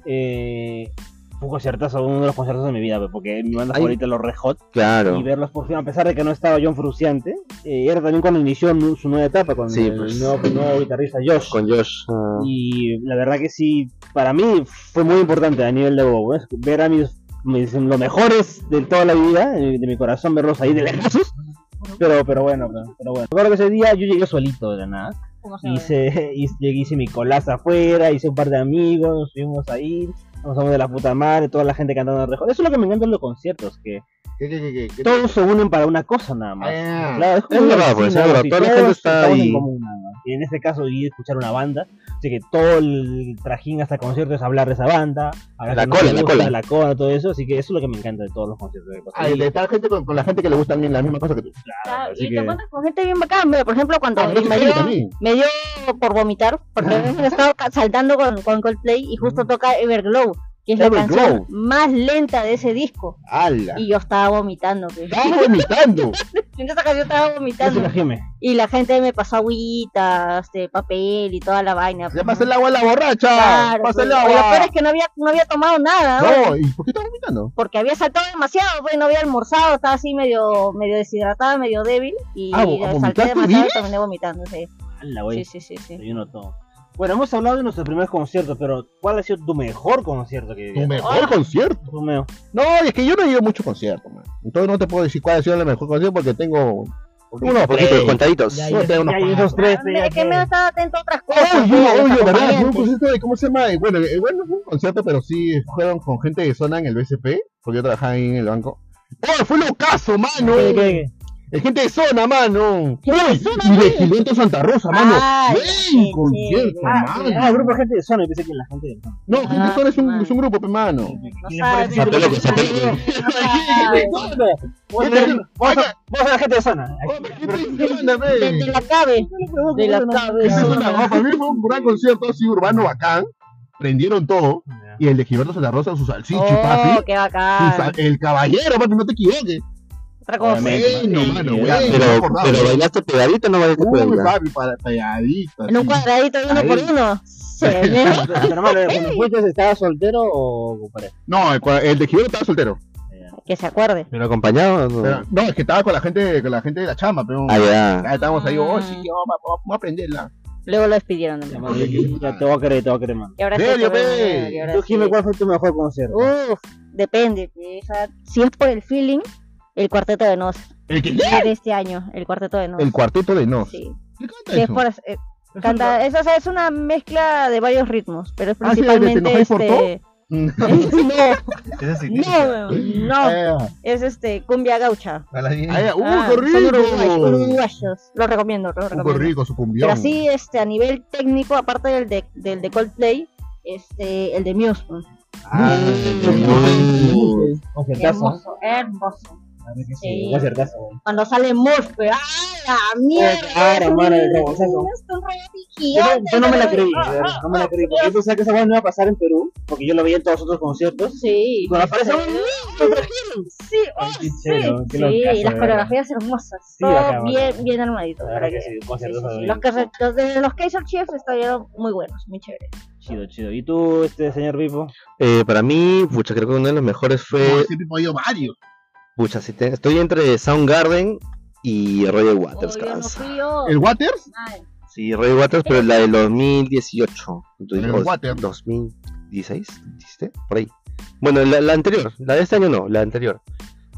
Speaker 4: Eh, fue un conciertazo, uno de los conciertos de mi vida, pues, porque mi banda
Speaker 3: Ay.
Speaker 4: favorita es los Red Hot, y
Speaker 3: Claro.
Speaker 4: verlos por fin, a pesar de que no estaba John Fruciante, eh, era también cuando inició nu- su nueva etapa con
Speaker 3: Sí,
Speaker 4: el
Speaker 3: pues.
Speaker 4: nuevo, nuevo guitarrista Josh.
Speaker 3: Con Josh. ah.
Speaker 4: Y la verdad que sí, para mí fue muy importante a nivel de Bobo, ¿ves? ver a mis, mis- los mejores de toda la vida, eh, de mi corazón, verlos ahí de lejos. Pero, pero bueno, pero, pero bueno. Recuerdo que ese día yo llegué solito de la nada.
Speaker 2: ¿Cómo se ve?
Speaker 4: Hice, hice, hice mi colaza afuera, hice un par de amigos, nos fuimos ahí, nos vamos de la puta madre, toda la gente cantando rejo. Eso es lo que me encanta en los conciertos, que
Speaker 1: ¿Qué, qué, qué, qué? qué?
Speaker 4: todos se unen para una cosa nada más.
Speaker 1: Ah,
Speaker 4: Claro, es, como
Speaker 3: Es
Speaker 4: una
Speaker 3: verdad, pues,
Speaker 4: oficina,
Speaker 3: es verdad,
Speaker 4: ¿no? Si
Speaker 3: toda la
Speaker 4: todos
Speaker 3: gente está
Speaker 4: estamos en
Speaker 3: ahí.
Speaker 4: común, nada más. Y en este caso ir a escuchar una banda, así que todo el trajín hasta conciertos es hablar de esa banda, hablar
Speaker 3: La
Speaker 4: de lo que
Speaker 3: cola,
Speaker 4: le
Speaker 3: la
Speaker 4: gusta,
Speaker 3: cola.
Speaker 4: la cola, todo eso, así que eso es lo que me encanta de todos los conciertos que
Speaker 1: Ah, el de estar gente con, con la gente que le gusta bien la misma cosa que tú.
Speaker 2: Claro,
Speaker 4: así
Speaker 2: Ah, Y
Speaker 4: que-
Speaker 2: te encuentras con gente bien bacán, mira, por ejemplo, cuando
Speaker 1: Ah, pero
Speaker 2: me
Speaker 1: tú
Speaker 2: dio,
Speaker 1: también.
Speaker 2: me dio por vomitar, porque me estaba ca- saltando con, con Coldplay y justo toca Everglow, que es la
Speaker 1: Everglow.
Speaker 2: canción más lenta de ese disco.
Speaker 1: ¡Hala!
Speaker 2: Y yo estaba vomitando, pe.
Speaker 1: Estaba vomitando.
Speaker 2: *laughs* En esa canción estaba
Speaker 4: Eso
Speaker 2: vomitando.
Speaker 4: la geme.
Speaker 2: Y la gente me pasó agüita, este, papel y toda la vaina.
Speaker 1: Ya pasé el agua a la borracha.
Speaker 2: Claro,
Speaker 1: pasé el
Speaker 2: pues. Lo peor
Speaker 1: agua.
Speaker 2: es que no había, no había tomado nada, ¿no?
Speaker 1: No, ¿y por qué estás vomitando?
Speaker 2: porque había saltado demasiado, pues no había almorzado, estaba así medio, medio deshidratada, medio débil, y
Speaker 1: Ah, ¿vo-
Speaker 2: salté
Speaker 1: vomitaste,
Speaker 2: demasiado
Speaker 1: dices?
Speaker 2: y terminé vomitando, sí.
Speaker 4: Ala, güey,
Speaker 2: Sí, sí, sí, sí.
Speaker 4: yo no tomo. Bueno, hemos hablado de nuestros primeros conciertos, pero ¿cuál ha sido tu mejor concierto que
Speaker 1: Tu
Speaker 4: viviste?
Speaker 1: mejor concierto.
Speaker 4: Tu meo.
Speaker 1: No, es que yo no he ido a muchos conciertos, man. Entonces no te puedo decir cuál ha sido el mejor concierto porque tengo unos
Speaker 3: Poquitos,
Speaker 1: poquitos.
Speaker 3: contaditos.
Speaker 4: Ya,
Speaker 1: Suerte,
Speaker 4: ya,
Speaker 1: unos
Speaker 4: ya, ya,
Speaker 1: cuantos.
Speaker 4: esos tres,
Speaker 2: Ah,
Speaker 4: ya,
Speaker 2: mira, que
Speaker 4: ya.
Speaker 2: me estaba atento a
Speaker 1: Oh,
Speaker 2: otras cosas.
Speaker 1: Oye,
Speaker 2: pues, a
Speaker 1: oye,
Speaker 2: los
Speaker 1: verdad, fue un
Speaker 2: acompañantes.
Speaker 1: concierto de, ¿cómo se llama? Eh, Bueno, eh, bueno, fue un concierto, pero sí fueron con gente que suena en el BCP, porque yo trabajaba ahí en el banco. ¡Oh, fue locazo, mano!
Speaker 4: ¿Qué, qué,
Speaker 1: Es gente de zona, mano. Uy, y de Gilberto Santa Rosa, mano.
Speaker 2: Ay,
Speaker 1: ¡Ey,
Speaker 2: qué
Speaker 1: concierto,
Speaker 2: chévere.
Speaker 4: Ah,
Speaker 1: mano!
Speaker 4: ah, grupo de gente de zona, yo pensé que la gente de zona.
Speaker 1: No, Gilberto
Speaker 2: Ah,
Speaker 1: Santa es un,
Speaker 2: mano.
Speaker 1: es un grupo, pe,
Speaker 2: *laughs*
Speaker 1: mano.
Speaker 2: No
Speaker 4: ¿Quién
Speaker 2: sabe,
Speaker 4: fue?
Speaker 2: pero-
Speaker 3: Satélite, satélite.
Speaker 2: Ah, Ay,
Speaker 4: Vos vos- vos sos la gente de zona.
Speaker 1: Gente de zona, pe.
Speaker 2: de- de la cabe, de la cabe.
Speaker 1: Esa es una- no, Para mí fue un gran concierto así urbano bacán. Prendieron todo. Y el de Gilberto Santa Rosa, su salsichi, papi.
Speaker 2: Oh, qué
Speaker 1: Su sa-
Speaker 2: bacán.
Speaker 1: El caballero, papi, no te equivoques.
Speaker 2: Otra cosa.
Speaker 1: Bueno, mano, bueno.
Speaker 3: Pero, pero bailaste pegadito o no bailaste
Speaker 1: Uy,
Speaker 3: pegadita.
Speaker 1: papi, para pegadita.
Speaker 2: En un cuadradito de uno
Speaker 1: Ahí.
Speaker 2: por uno. Se me-
Speaker 4: Pero hermano, cuando fuiste, ¿estabas soltero o con pareja?
Speaker 1: No, el, cua- el de Gilberto estaba soltero.
Speaker 2: Que se acuerde.
Speaker 3: ¿Pero acompañado? No.
Speaker 1: Pero- no, es que estaba con la gente, con la gente de la chama, pero
Speaker 3: Oh. Ah, ya.
Speaker 1: Ah, estábamos ahí, oh,
Speaker 2: Ah.
Speaker 1: sí, yo, va- va- vamos a aprenderla.
Speaker 2: Luego lo despidieron. ¿no?
Speaker 4: Hermano, yo- yo Te voy a creer, te voy a creer, mano.
Speaker 2: Y ahora
Speaker 1: Serio,
Speaker 2: sí,
Speaker 1: pe.
Speaker 2: bueno, y ahora
Speaker 4: Tú,
Speaker 2: sí.
Speaker 4: Jimmy, ¿cuál fue tu mejor concierto?
Speaker 2: Uf, depende. pe, o sea, si es por el feeling, el cuarteto de Nos.
Speaker 1: ¿El que
Speaker 2: De este año, el cuarteto de Nos.
Speaker 1: El cuarteto de Nos.
Speaker 2: Sí.
Speaker 1: ¿Qué canta
Speaker 2: Si
Speaker 1: *laughs*
Speaker 2: es
Speaker 1: eso?
Speaker 2: por, eh, Canta, es, o sea, es una mezcla de varios ritmos, pero es
Speaker 1: Ah, sí, la de Te
Speaker 2: principalmente
Speaker 1: enojáis por
Speaker 2: este... *laughs* no,
Speaker 5: Ese sí.
Speaker 2: no,
Speaker 1: *laughs*
Speaker 2: weón, no,
Speaker 1: Eh,
Speaker 2: es este cumbia gaucha.
Speaker 5: A la bien.
Speaker 1: Ah, ya, ¡Uh,
Speaker 2: Ah,
Speaker 1: qué
Speaker 2: son uruguayos,
Speaker 1: rico!
Speaker 2: uruguayos, lo recomiendo, lo
Speaker 1: ¡Uh, qué
Speaker 2: recomiendo.
Speaker 1: rico su cumbión!
Speaker 2: Pero así, este, a nivel técnico, aparte del de, del de Coldplay, este, el de Muse. weón.
Speaker 5: Ah,
Speaker 1: Mm.
Speaker 4: Concertazo.
Speaker 2: Hermoso, hermoso.
Speaker 4: Así que
Speaker 2: Sí.
Speaker 4: sí, Concertazo. weón.
Speaker 2: Cuando sale Morph, pues, ¡ah, la mierda!
Speaker 4: Eh, Claro,
Speaker 2: Es un-
Speaker 4: mano, el retroceso.
Speaker 2: es un reggaetón
Speaker 4: Yo, no-
Speaker 2: gigante, Oh,
Speaker 4: yo no me la
Speaker 2: weón.
Speaker 4: creí, de verdad, no
Speaker 2: ah,
Speaker 4: me la creí. Porque yo pensaba que esa weá no iba a pasar en Perú, porque yo lo veía en todos los otros conciertos.
Speaker 2: oh, Sí.
Speaker 4: Y cuando aparece un
Speaker 2: Sí, oh,
Speaker 4: Ay, qué
Speaker 2: sí.
Speaker 4: chero, qué locazo,
Speaker 2: Sí,
Speaker 4: de
Speaker 2: las
Speaker 4: verdad.
Speaker 2: coreografías hermosas.
Speaker 4: Sí,
Speaker 2: todo
Speaker 4: acá,
Speaker 2: bien,
Speaker 4: acá.
Speaker 2: bien armadito.
Speaker 4: La
Speaker 2: para
Speaker 4: verdad que
Speaker 2: que-
Speaker 4: sí,
Speaker 2: sí, sí,
Speaker 4: conciertos
Speaker 2: sí.
Speaker 4: ahí.
Speaker 2: Los, que, los de los Kaiser Chiefs estuvieron muy buenos, muy chéveres.
Speaker 4: Chido, chido. ¿Y tú, este señor Vipo?
Speaker 3: Eh, para mí, pucha, creo que uno de los mejores fue.
Speaker 1: Siempre he podido varios.
Speaker 3: Pucha, si te- estoy entre Soundgarden y Roger Waters,
Speaker 2: Obvio, no
Speaker 3: carajo.
Speaker 2: fui yo.
Speaker 1: ¿El Waters?
Speaker 2: Ay,
Speaker 3: Sí, Roger Waters, pero la del 2018.
Speaker 1: Roger
Speaker 3: o-
Speaker 1: Waters.
Speaker 3: 2016, ¿dijiste? Por ahí. Bueno, la, la anterior, la de este año no, la anterior.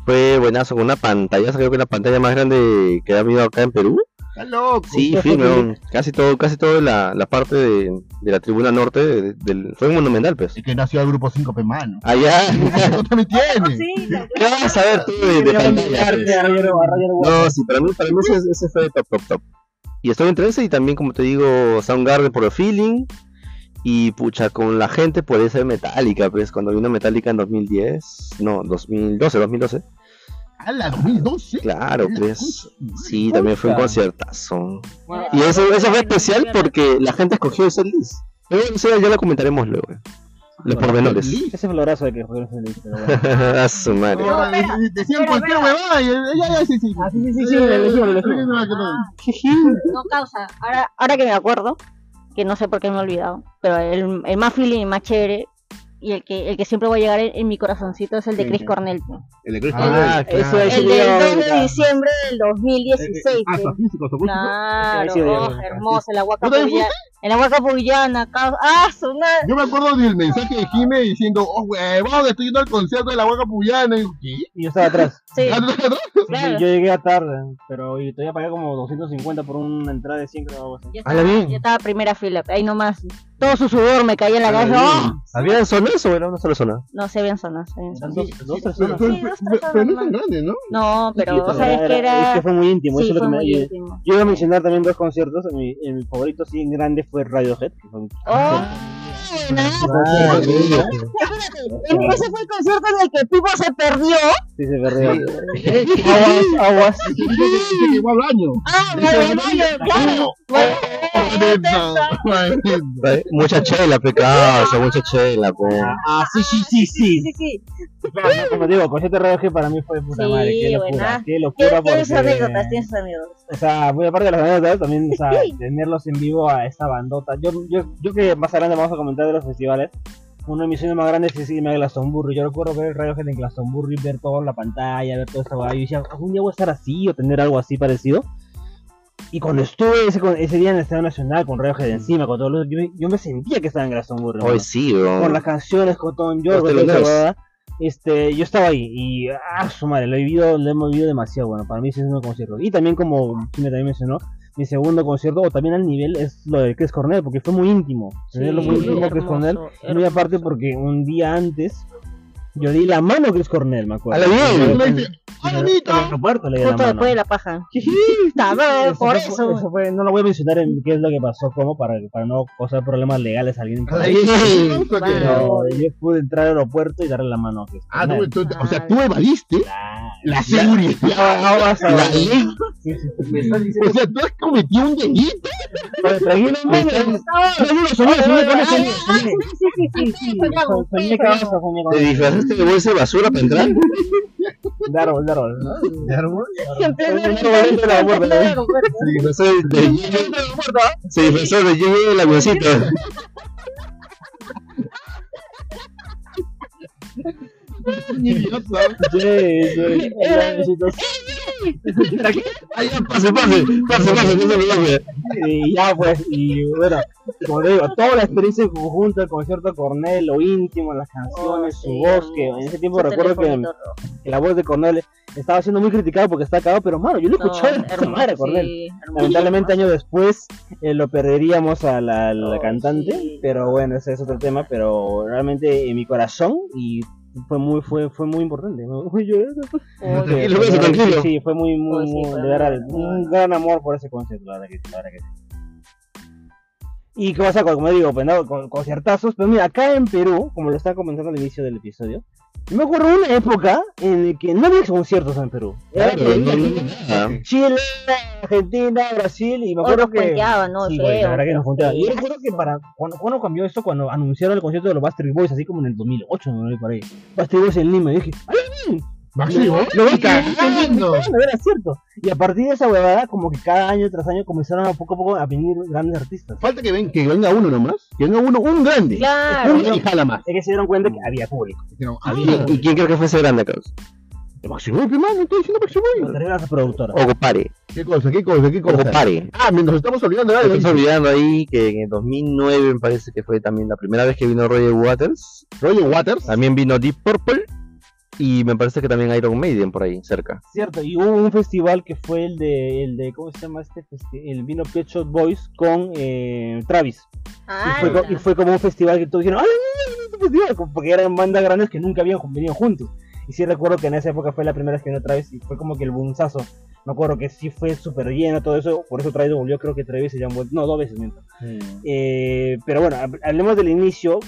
Speaker 3: Fue buenazo, con una pantalla, creo que la pantalla más grande que ha habido acá en Perú.
Speaker 1: ¡Está loco! *laughs*
Speaker 3: Sí, sí, weón. casi todo, casi toda la, la parte de, de la tribuna norte de- del, fue monumental, pues.
Speaker 1: Es que nació el grupo 5
Speaker 3: *laughs*
Speaker 1: Pemano.
Speaker 3: Allá,
Speaker 1: ¿No también
Speaker 2: Ah,
Speaker 1: tiene?
Speaker 2: cosita.
Speaker 3: ¿qué vas a saber tú de, de pantalla, pues? No, sí, para mí, para mí ese, ese fue top, top, top. Y estoy entre ese y también, como te digo, Soundgarden por el feeling. Y pucha, con la gente puede ser Metallica, pues cuando vino Metallica en 2010, no, 2012, 2012.
Speaker 1: ¡A la 2012!
Speaker 3: Claro, pues. Sí, también fue un conciertazo.
Speaker 4: Bueno,
Speaker 3: Y eso, eso fue especial porque la gente escogió ese list. Pero eso ya lo comentaremos luego. eh. Los pormenores.
Speaker 4: Ese florazo de que fue el lista, weón.
Speaker 3: *laughs* A su madre.
Speaker 1: Ahora, de- de- Decían
Speaker 2: espera,
Speaker 1: cualquier
Speaker 2: espera.
Speaker 1: huevada. y- eh, Ya, ya, sí, sí.
Speaker 4: sí, sí, sí, lo elegimos, lo elegimos.
Speaker 2: No causa. Ahora, ahora que me acuerdo, que no sé por qué me he olvidado, pero el, el más feeling, el más chévere y el que, el que siempre va a llegar en, en mi corazoncito es el de
Speaker 1: Sí,
Speaker 2: Chris
Speaker 1: sí.
Speaker 2: Cornell.
Speaker 1: El de Chris
Speaker 3: Ah,
Speaker 4: Eso es
Speaker 1: Eh,
Speaker 2: El
Speaker 4: sí,
Speaker 2: del
Speaker 4: ya,
Speaker 2: 2 de
Speaker 4: ya.
Speaker 2: diciembre del 2016.
Speaker 1: Ah,
Speaker 2: pues.
Speaker 1: está físico, está físico.
Speaker 2: Claro,
Speaker 4: Sí, sí,
Speaker 2: oh,
Speaker 4: sí, sí.
Speaker 2: hermoso, el agua
Speaker 1: ¿No te
Speaker 2: capullana. El agua capullana, causa. ¡Ah, su madre!
Speaker 1: Yo me acuerdo del mensaje de Jime diciendo, oh, huevón, estoy yendo al concierto de la hueca puyana. Y yo, ¿qué?
Speaker 4: Y yo estaba atrás.
Speaker 2: *laughs* Sí,
Speaker 1: Ah, no, no,
Speaker 2: claro.
Speaker 4: Yo llegué a tarde, pero y todavía pagué como 250 por una entrada de 100 o algo así.
Speaker 2: Yo
Speaker 3: Ah, la
Speaker 2: estaba-
Speaker 3: bien.
Speaker 2: yo estaba primera fila, ahí nomás. Todo su sudor me caía en la cabeza. ¡Ah!
Speaker 3: ¿Había zonas o era una sola zona?
Speaker 2: No, se habían zonas. se habían
Speaker 4: Eran
Speaker 2: zonas.
Speaker 4: dos, dos
Speaker 1: Pero,
Speaker 4: personas.
Speaker 1: pero-
Speaker 2: Sí, dos
Speaker 1: pero- pero no es
Speaker 2: personas.
Speaker 1: tan grande, ¿no?
Speaker 2: No,
Speaker 4: Sí,
Speaker 2: pero, o sea,
Speaker 4: era-
Speaker 2: es que
Speaker 4: era-
Speaker 2: era.
Speaker 4: es que fue muy íntimo,
Speaker 2: Sí,
Speaker 4: eso es lo
Speaker 2: fue
Speaker 4: que me
Speaker 2: muy
Speaker 4: yo-
Speaker 2: íntimo.
Speaker 4: Yo iba a mencionar también dos conciertos, en mi, en mi favorito sí en grande fue Radiohead. que fue un-
Speaker 2: ¡Oh! buenazo.
Speaker 4: Ah, sí,
Speaker 2: En- Ese fue el concierto en el que Pipo se perdió.
Speaker 4: sí, se perdió. Aguas, aguas.
Speaker 1: Dice que igual año.
Speaker 2: Ah, Guadalupe, claro.
Speaker 3: Eh, Mucha chela, pecado, mucha chela, pues.
Speaker 4: Ah, sí, sí, sí, sí.
Speaker 2: Sí, sí.
Speaker 4: Claro, Como digo, concierto de Radiohead para mí fue puta
Speaker 2: Sí,
Speaker 4: madre, qué locura,
Speaker 2: buena.
Speaker 4: qué locura
Speaker 2: Tienes tienes sus
Speaker 4: porque-
Speaker 2: anécdotas, tienes sus anécdotas.
Speaker 4: O sea, muy aparte de las anécdotas, también, o sea, tenerlos en vivo a esta bandota. Yo, yo, yo que más adelante vamos a comentar de los festivales. Uno de mis sueños más grandes es irme a Glastonbury. Yo recuerdo ver el Radiohead en Glastonbury, ver toda la pantalla, ver toda esta guay. Yo decía, algún día voy a estar así o tener algo así parecido. Y cuando estuve ese, con- ese día en el Estadio Nacional con Radiohead encima, con todos los... Yo, yo me sentía que estaba en Glastonbury.
Speaker 3: Hoy
Speaker 4: mano
Speaker 3: sí,
Speaker 4: por
Speaker 3: weón.
Speaker 4: las canciones, con Tom
Speaker 3: Los
Speaker 4: York, con toda esa
Speaker 3: teloneros.
Speaker 4: huevada, Este, yo estaba ahí y ah, su madre, lo he vivido, lo hemos vivido demasiado bueno. Para mí sí es un concierto. Y también como Chime también mencionó, mi segundo concierto, o también al nivel, es lo de Chris Cornell, porque fue muy íntimo. Tenerlo muy
Speaker 2: Sí,
Speaker 4: íntimo a Chris
Speaker 2: hermoso,
Speaker 4: Cornell.
Speaker 2: hermoso.
Speaker 4: Muy aparte porque un día antes yo di la mano a Chris Cornell, me acuerdo.
Speaker 3: A la bien.
Speaker 4: En el-
Speaker 1: Le dice,
Speaker 4: en el-
Speaker 1: "Alanito".
Speaker 4: en el aeropuerto le di la
Speaker 2: Justo
Speaker 4: mano.
Speaker 2: después de la paja. Está mal,
Speaker 4: Eso
Speaker 2: por
Speaker 4: fue-
Speaker 2: eso.
Speaker 4: eso fue- no lo voy a mencionar en qué es lo que pasó, como para, para no causar problemas legales a alguien. Pero yo pude entrar al aeropuerto y darle la mano a Chris
Speaker 1: Ah,
Speaker 4: Cornell.
Speaker 1: tú, tú- o sea, tú evadiste
Speaker 4: Claro.
Speaker 1: la seguridad.
Speaker 4: Ahora vas a
Speaker 1: La
Speaker 4: ver.
Speaker 1: ley.
Speaker 4: Sí, sí, sí. Me están diciendo-
Speaker 1: O sea, tú has cometido un delito.
Speaker 4: Pero tranquilo, mano. Tranquilo, señor, señor, señor, señor, señor.
Speaker 2: Sí, sí, sí, sí.
Speaker 4: Soñé- soñé con eso, soñé con
Speaker 3: ¿Te
Speaker 4: eso.
Speaker 3: disfrazaste de bolsa de basura para entrar?
Speaker 4: De árbol, de árbol, ¿no?
Speaker 5: ¿De árbol?
Speaker 2: En pleno
Speaker 4: Soñé con el de la
Speaker 2: aeropuerto, en pleno
Speaker 4: borda, ¿eh?
Speaker 2: aeropuerto.
Speaker 3: Se disfrazó de- de Se disfrazó de Jimmy del avioncito.
Speaker 4: Sí, sí. Era exitoso.
Speaker 3: Ay, ya, pase, pase, pase, pase, no se me llame.
Speaker 4: Y ya pues, y bueno, como te digo, toda la experiencia en conjunto, el concierto de
Speaker 2: Oh,
Speaker 4: Cornel, lo íntimo, las canciones, su voz, que en ese tiempo
Speaker 2: Su
Speaker 4: recuerdo que
Speaker 2: telefonito rojo.
Speaker 4: que la voz de Cornel estaba siendo muy criticado porque está acabado, pero mano, yo lo *laughs* escuché
Speaker 2: No,
Speaker 4: de madre, Cordel.
Speaker 2: sí, hermoso.
Speaker 4: Lamentablemente años después eh, lo perderíamos a la, a la
Speaker 2: Oh,
Speaker 4: cantante,
Speaker 2: sí.
Speaker 4: pero bueno, ese es otro tema, pero realmente en mi corazón y fue muy fue fue muy importante. ¿no? *laughs* Uy, yo-
Speaker 2: Oh,
Speaker 4: Sí,
Speaker 3: Tranquilo, beso, tranquilo.
Speaker 4: Sí, fue muy muy,
Speaker 2: Oh, sí,
Speaker 4: muy-
Speaker 2: fue
Speaker 4: de verdad,
Speaker 2: muy
Speaker 4: un gran amor por ese concierto, la verdad que sí, la verdad que sí. Y qué pasa, como digo, pues, ¿no? con conciertazos, pero mira, acá en Perú, como lo estaba comentando al inicio del episodio, yo me acuerdo una época en la que no había conciertos en Perú. Era
Speaker 3: Claro,
Speaker 4: que
Speaker 3: no,
Speaker 4: había
Speaker 3: no, nada.
Speaker 4: Chile, Argentina, Brasil, y me
Speaker 2: O
Speaker 4: acuerdo
Speaker 2: nos
Speaker 4: que.
Speaker 2: puenteaban, ¿no?
Speaker 4: Sí,
Speaker 2: Sí,
Speaker 4: güey, la verdad
Speaker 2: o-
Speaker 4: que nos puenteaban.
Speaker 2: sí.
Speaker 4: Yo recuerdo que para. Cuando, cuando cambió esto, cuando anunciaron el concierto de los Bastard Boys, así como en el 2008, ¿no? Por ahí. Bastard Boys en Lima, y dije, ¡ah,
Speaker 1: Maxi, ¿no?
Speaker 4: lo voy a
Speaker 1: cagando!
Speaker 4: Bueno, era cierto. Y a partir de esa huevada, como que cada año tras año comenzaron a poco a poco a venir grandes artistas.
Speaker 1: Falta que, ven, que venga uno nomás. Que venga uno, un grande.
Speaker 2: Claro.
Speaker 1: Uno y jala más.
Speaker 4: Es que se dieron cuenta que había público.
Speaker 1: Dijeron, ah,
Speaker 3: ¿Y, y quién creo que fue ese grande, Carlos?
Speaker 1: Maxi Boy, qué mal, estoy diciendo Maxi Boy.
Speaker 4: Lo trajeron a su
Speaker 2: Oh.
Speaker 4: productora.
Speaker 3: Ocupare.
Speaker 1: ¿Qué cosa, qué cosa, qué cosa?
Speaker 3: Ocupare.
Speaker 1: Ah, nos estamos olvidando de
Speaker 3: Me
Speaker 1: algo.
Speaker 3: estoy olvidando ahí que en el 2009 me parece que fue también la primera vez que vino Roger Waters.
Speaker 1: Roger Waters.
Speaker 3: También vino Deep Purple. Y me parece que también Iron Maiden por ahí, cerca.
Speaker 4: Cierto, y hubo un festival que fue el de, el de ¿cómo se llama este? festi- El vino Pet Shop Boys con eh, Travis. Y
Speaker 2: Ah,
Speaker 4: fue, co- y fue como un festival que todos dijeron, ¡ay, mira, mira este festival! como- Porque eran bandas grandes que nunca habían venido juntos. Y sí recuerdo que en esa época fue la primera vez que vino Travis y fue como que el bunzazo. Me acuerdo que sí fue súper lleno todo eso, por eso Travis volvió creo que tres veces ya han vuelto, no, dos veces miento. Eh, pero bueno, hab- hablemos del inicio,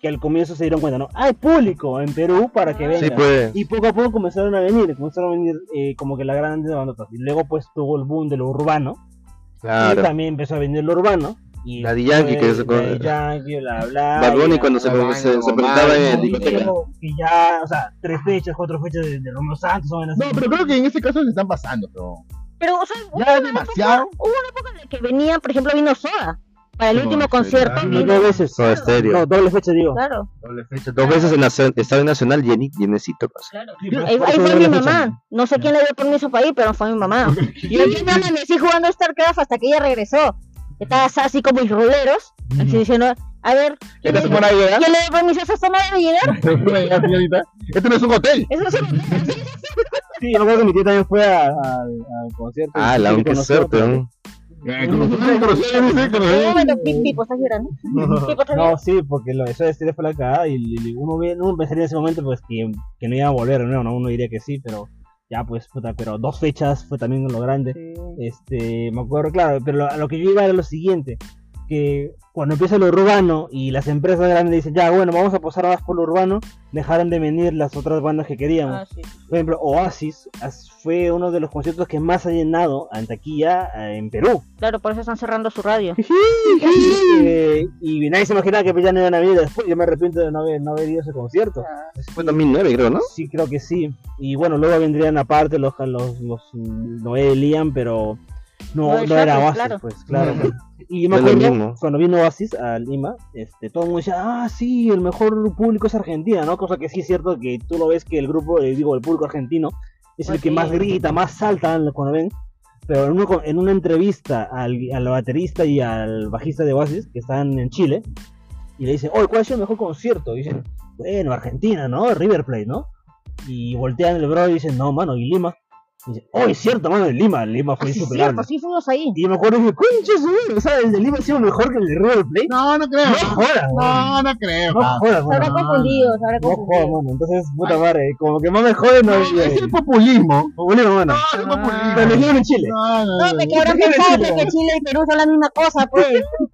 Speaker 4: que al comienzo se dieron cuenta, ¿no? ¡Hay público en Perú para que venga!
Speaker 3: Sí, pues.
Speaker 4: Y poco a poco comenzaron a venir, comenzaron a venir eh, como que la gran bandotas. Y luego pues tuvo el boom de lo urbano, y
Speaker 3: Claro.
Speaker 4: también empezó a venir lo urbano. Y
Speaker 3: Daddy Yankee, que es-
Speaker 4: Pues, Daddy Yankee, bla, bla.
Speaker 3: Bad Bunny
Speaker 4: y-
Speaker 3: cuando se,
Speaker 6: la vaina,
Speaker 3: se, se
Speaker 6: como
Speaker 3: presentaba
Speaker 6: madre,
Speaker 3: en
Speaker 6: ¿no?
Speaker 3: discoteca.
Speaker 4: que ya, o sea, tres fechas, cuatro fechas de, de Romeo Santos. o
Speaker 1: No, pero creo que en este caso se están pasando, pero.
Speaker 2: Pero, o sea, hubo
Speaker 1: Ya
Speaker 2: una
Speaker 1: es demasiado.
Speaker 2: época- Hubo una época en la que venía, por ejemplo, vino Soda. Para el
Speaker 1: No,
Speaker 2: último
Speaker 1: en serio,
Speaker 2: concierto.
Speaker 1: no,
Speaker 2: vino-
Speaker 4: dos veces.
Speaker 3: No, estéreo.
Speaker 4: No, doble fecha, digo.
Speaker 2: Claro.
Speaker 3: Dos veces en la Estadio Nacional lleni- llenecito. pues.
Speaker 2: Ahí, ahí fue mi mamá. No sé quién le dio permiso para ir, pero fue mi mamá. Yo yo me amanecí jugando StarCraft hasta que ella regresó. Estaba así como mis roleros. Así diciendo, a ver,
Speaker 1: ¿Qué
Speaker 2: ¿quién
Speaker 1: te
Speaker 2: le
Speaker 1: supone ahí, verdad?
Speaker 2: quién le dio permiso a esta semana de llegar?
Speaker 1: *laughs* señorita? Este no es un hotel.
Speaker 2: Eso no se lo
Speaker 4: Sí, yo me acuerdo que mi tía también fue a- a- al concierto.
Speaker 3: Ah, la
Speaker 4: Sí,
Speaker 3: aunque
Speaker 4: conoció,
Speaker 3: suerte.
Speaker 4: pero-
Speaker 3: ¿no?
Speaker 1: Eh, como son los cruceros, dice, como-
Speaker 2: Un momento, Pi- pues, Pipo, ¿estás llorando? Pipo, ¿estás llorando?
Speaker 4: No, sí, porque lo, eso de este fue la cagada y, y uno, ve- uno pensaría en ese momento pues que, que no iba a volver, ¿no? ¿no? Uno diría que sí, pero ya pues, puta, pero dos fechas fue también lo grande. Este, me acuerdo, claro, pero lo, a lo que yo iba era lo siguiente, que cuando empieza lo urbano y las empresas grandes dicen, ya, bueno, vamos a posar más por lo urbano, dejaron de venir las otras bandas que queríamos.
Speaker 2: Ah, sí.
Speaker 4: Por ejemplo, Oasis as- fue uno de los conciertos que más ha llenado en taquilla eh, en Perú.
Speaker 2: Claro, por eso están cerrando su radio.
Speaker 4: Eh, *laughs* y nadie se imaginaba que pues, ya no iban a venir después. Yo me arrepiento de no haber, no haber ido a ese concierto.
Speaker 3: Fue 2009, creo, ¿no?
Speaker 4: Sí, creo que sí. Y bueno, luego vendrían aparte los, los, los Noé y Liam, pero no,
Speaker 2: Lo de
Speaker 4: no era
Speaker 2: Shackles,
Speaker 4: Oasis,
Speaker 2: claro.
Speaker 4: pues, claro. Y yo
Speaker 3: No
Speaker 4: me
Speaker 3: es lo
Speaker 4: acuerdo
Speaker 3: mismo.
Speaker 4: cuando vino Oasis a Lima, este, todo el mundo decía, ah, sí, el mejor público es Argentina, ¿no? Cosa que sí es cierto que tú lo ves que el grupo, eh, digo, el público argentino es el
Speaker 2: Ok.
Speaker 4: que más grita, más salta cuando ven. Pero en, uno- en una entrevista al, al baterista y al bajista de Oasis, que están en Chile, y le dicen, oye, ¿cuál es el mejor concierto? Y dicen, bueno, Argentina, ¿no? River Plate, ¿no? Y voltean el bro y dicen, no, mano, y Lima. Y dicen, oh, es cierto, mano, y Lima, Lima fue
Speaker 2: Ah, Sí,
Speaker 4: insuperable.
Speaker 2: cierto, pues, sí fuimos ahí.
Speaker 4: Y me acuerdo que, concha su madre, o sea, el de Lima ha sido mejor que el de River Plate.
Speaker 1: No, no creo.
Speaker 4: No jodas, weón.
Speaker 1: No, no creo.
Speaker 3: Ah,
Speaker 4: No jodas,
Speaker 2: Se habrá
Speaker 4: weón.
Speaker 2: confundido, se habrá
Speaker 4: Ah. No jodas,
Speaker 2: confundido.
Speaker 4: mano. Entonces, puta madre, como que más me jode no
Speaker 1: No,
Speaker 4: había
Speaker 1: es el
Speaker 4: ido.
Speaker 1: populismo.
Speaker 4: Como Bolívar, mano.
Speaker 1: No, es el populismo.
Speaker 4: Pero lo hicieron en Chile.
Speaker 1: No, no,
Speaker 2: No,
Speaker 1: no.
Speaker 2: me quedaron pensando que Chile y Perú son la misma cosa, pues.
Speaker 4: *laughs*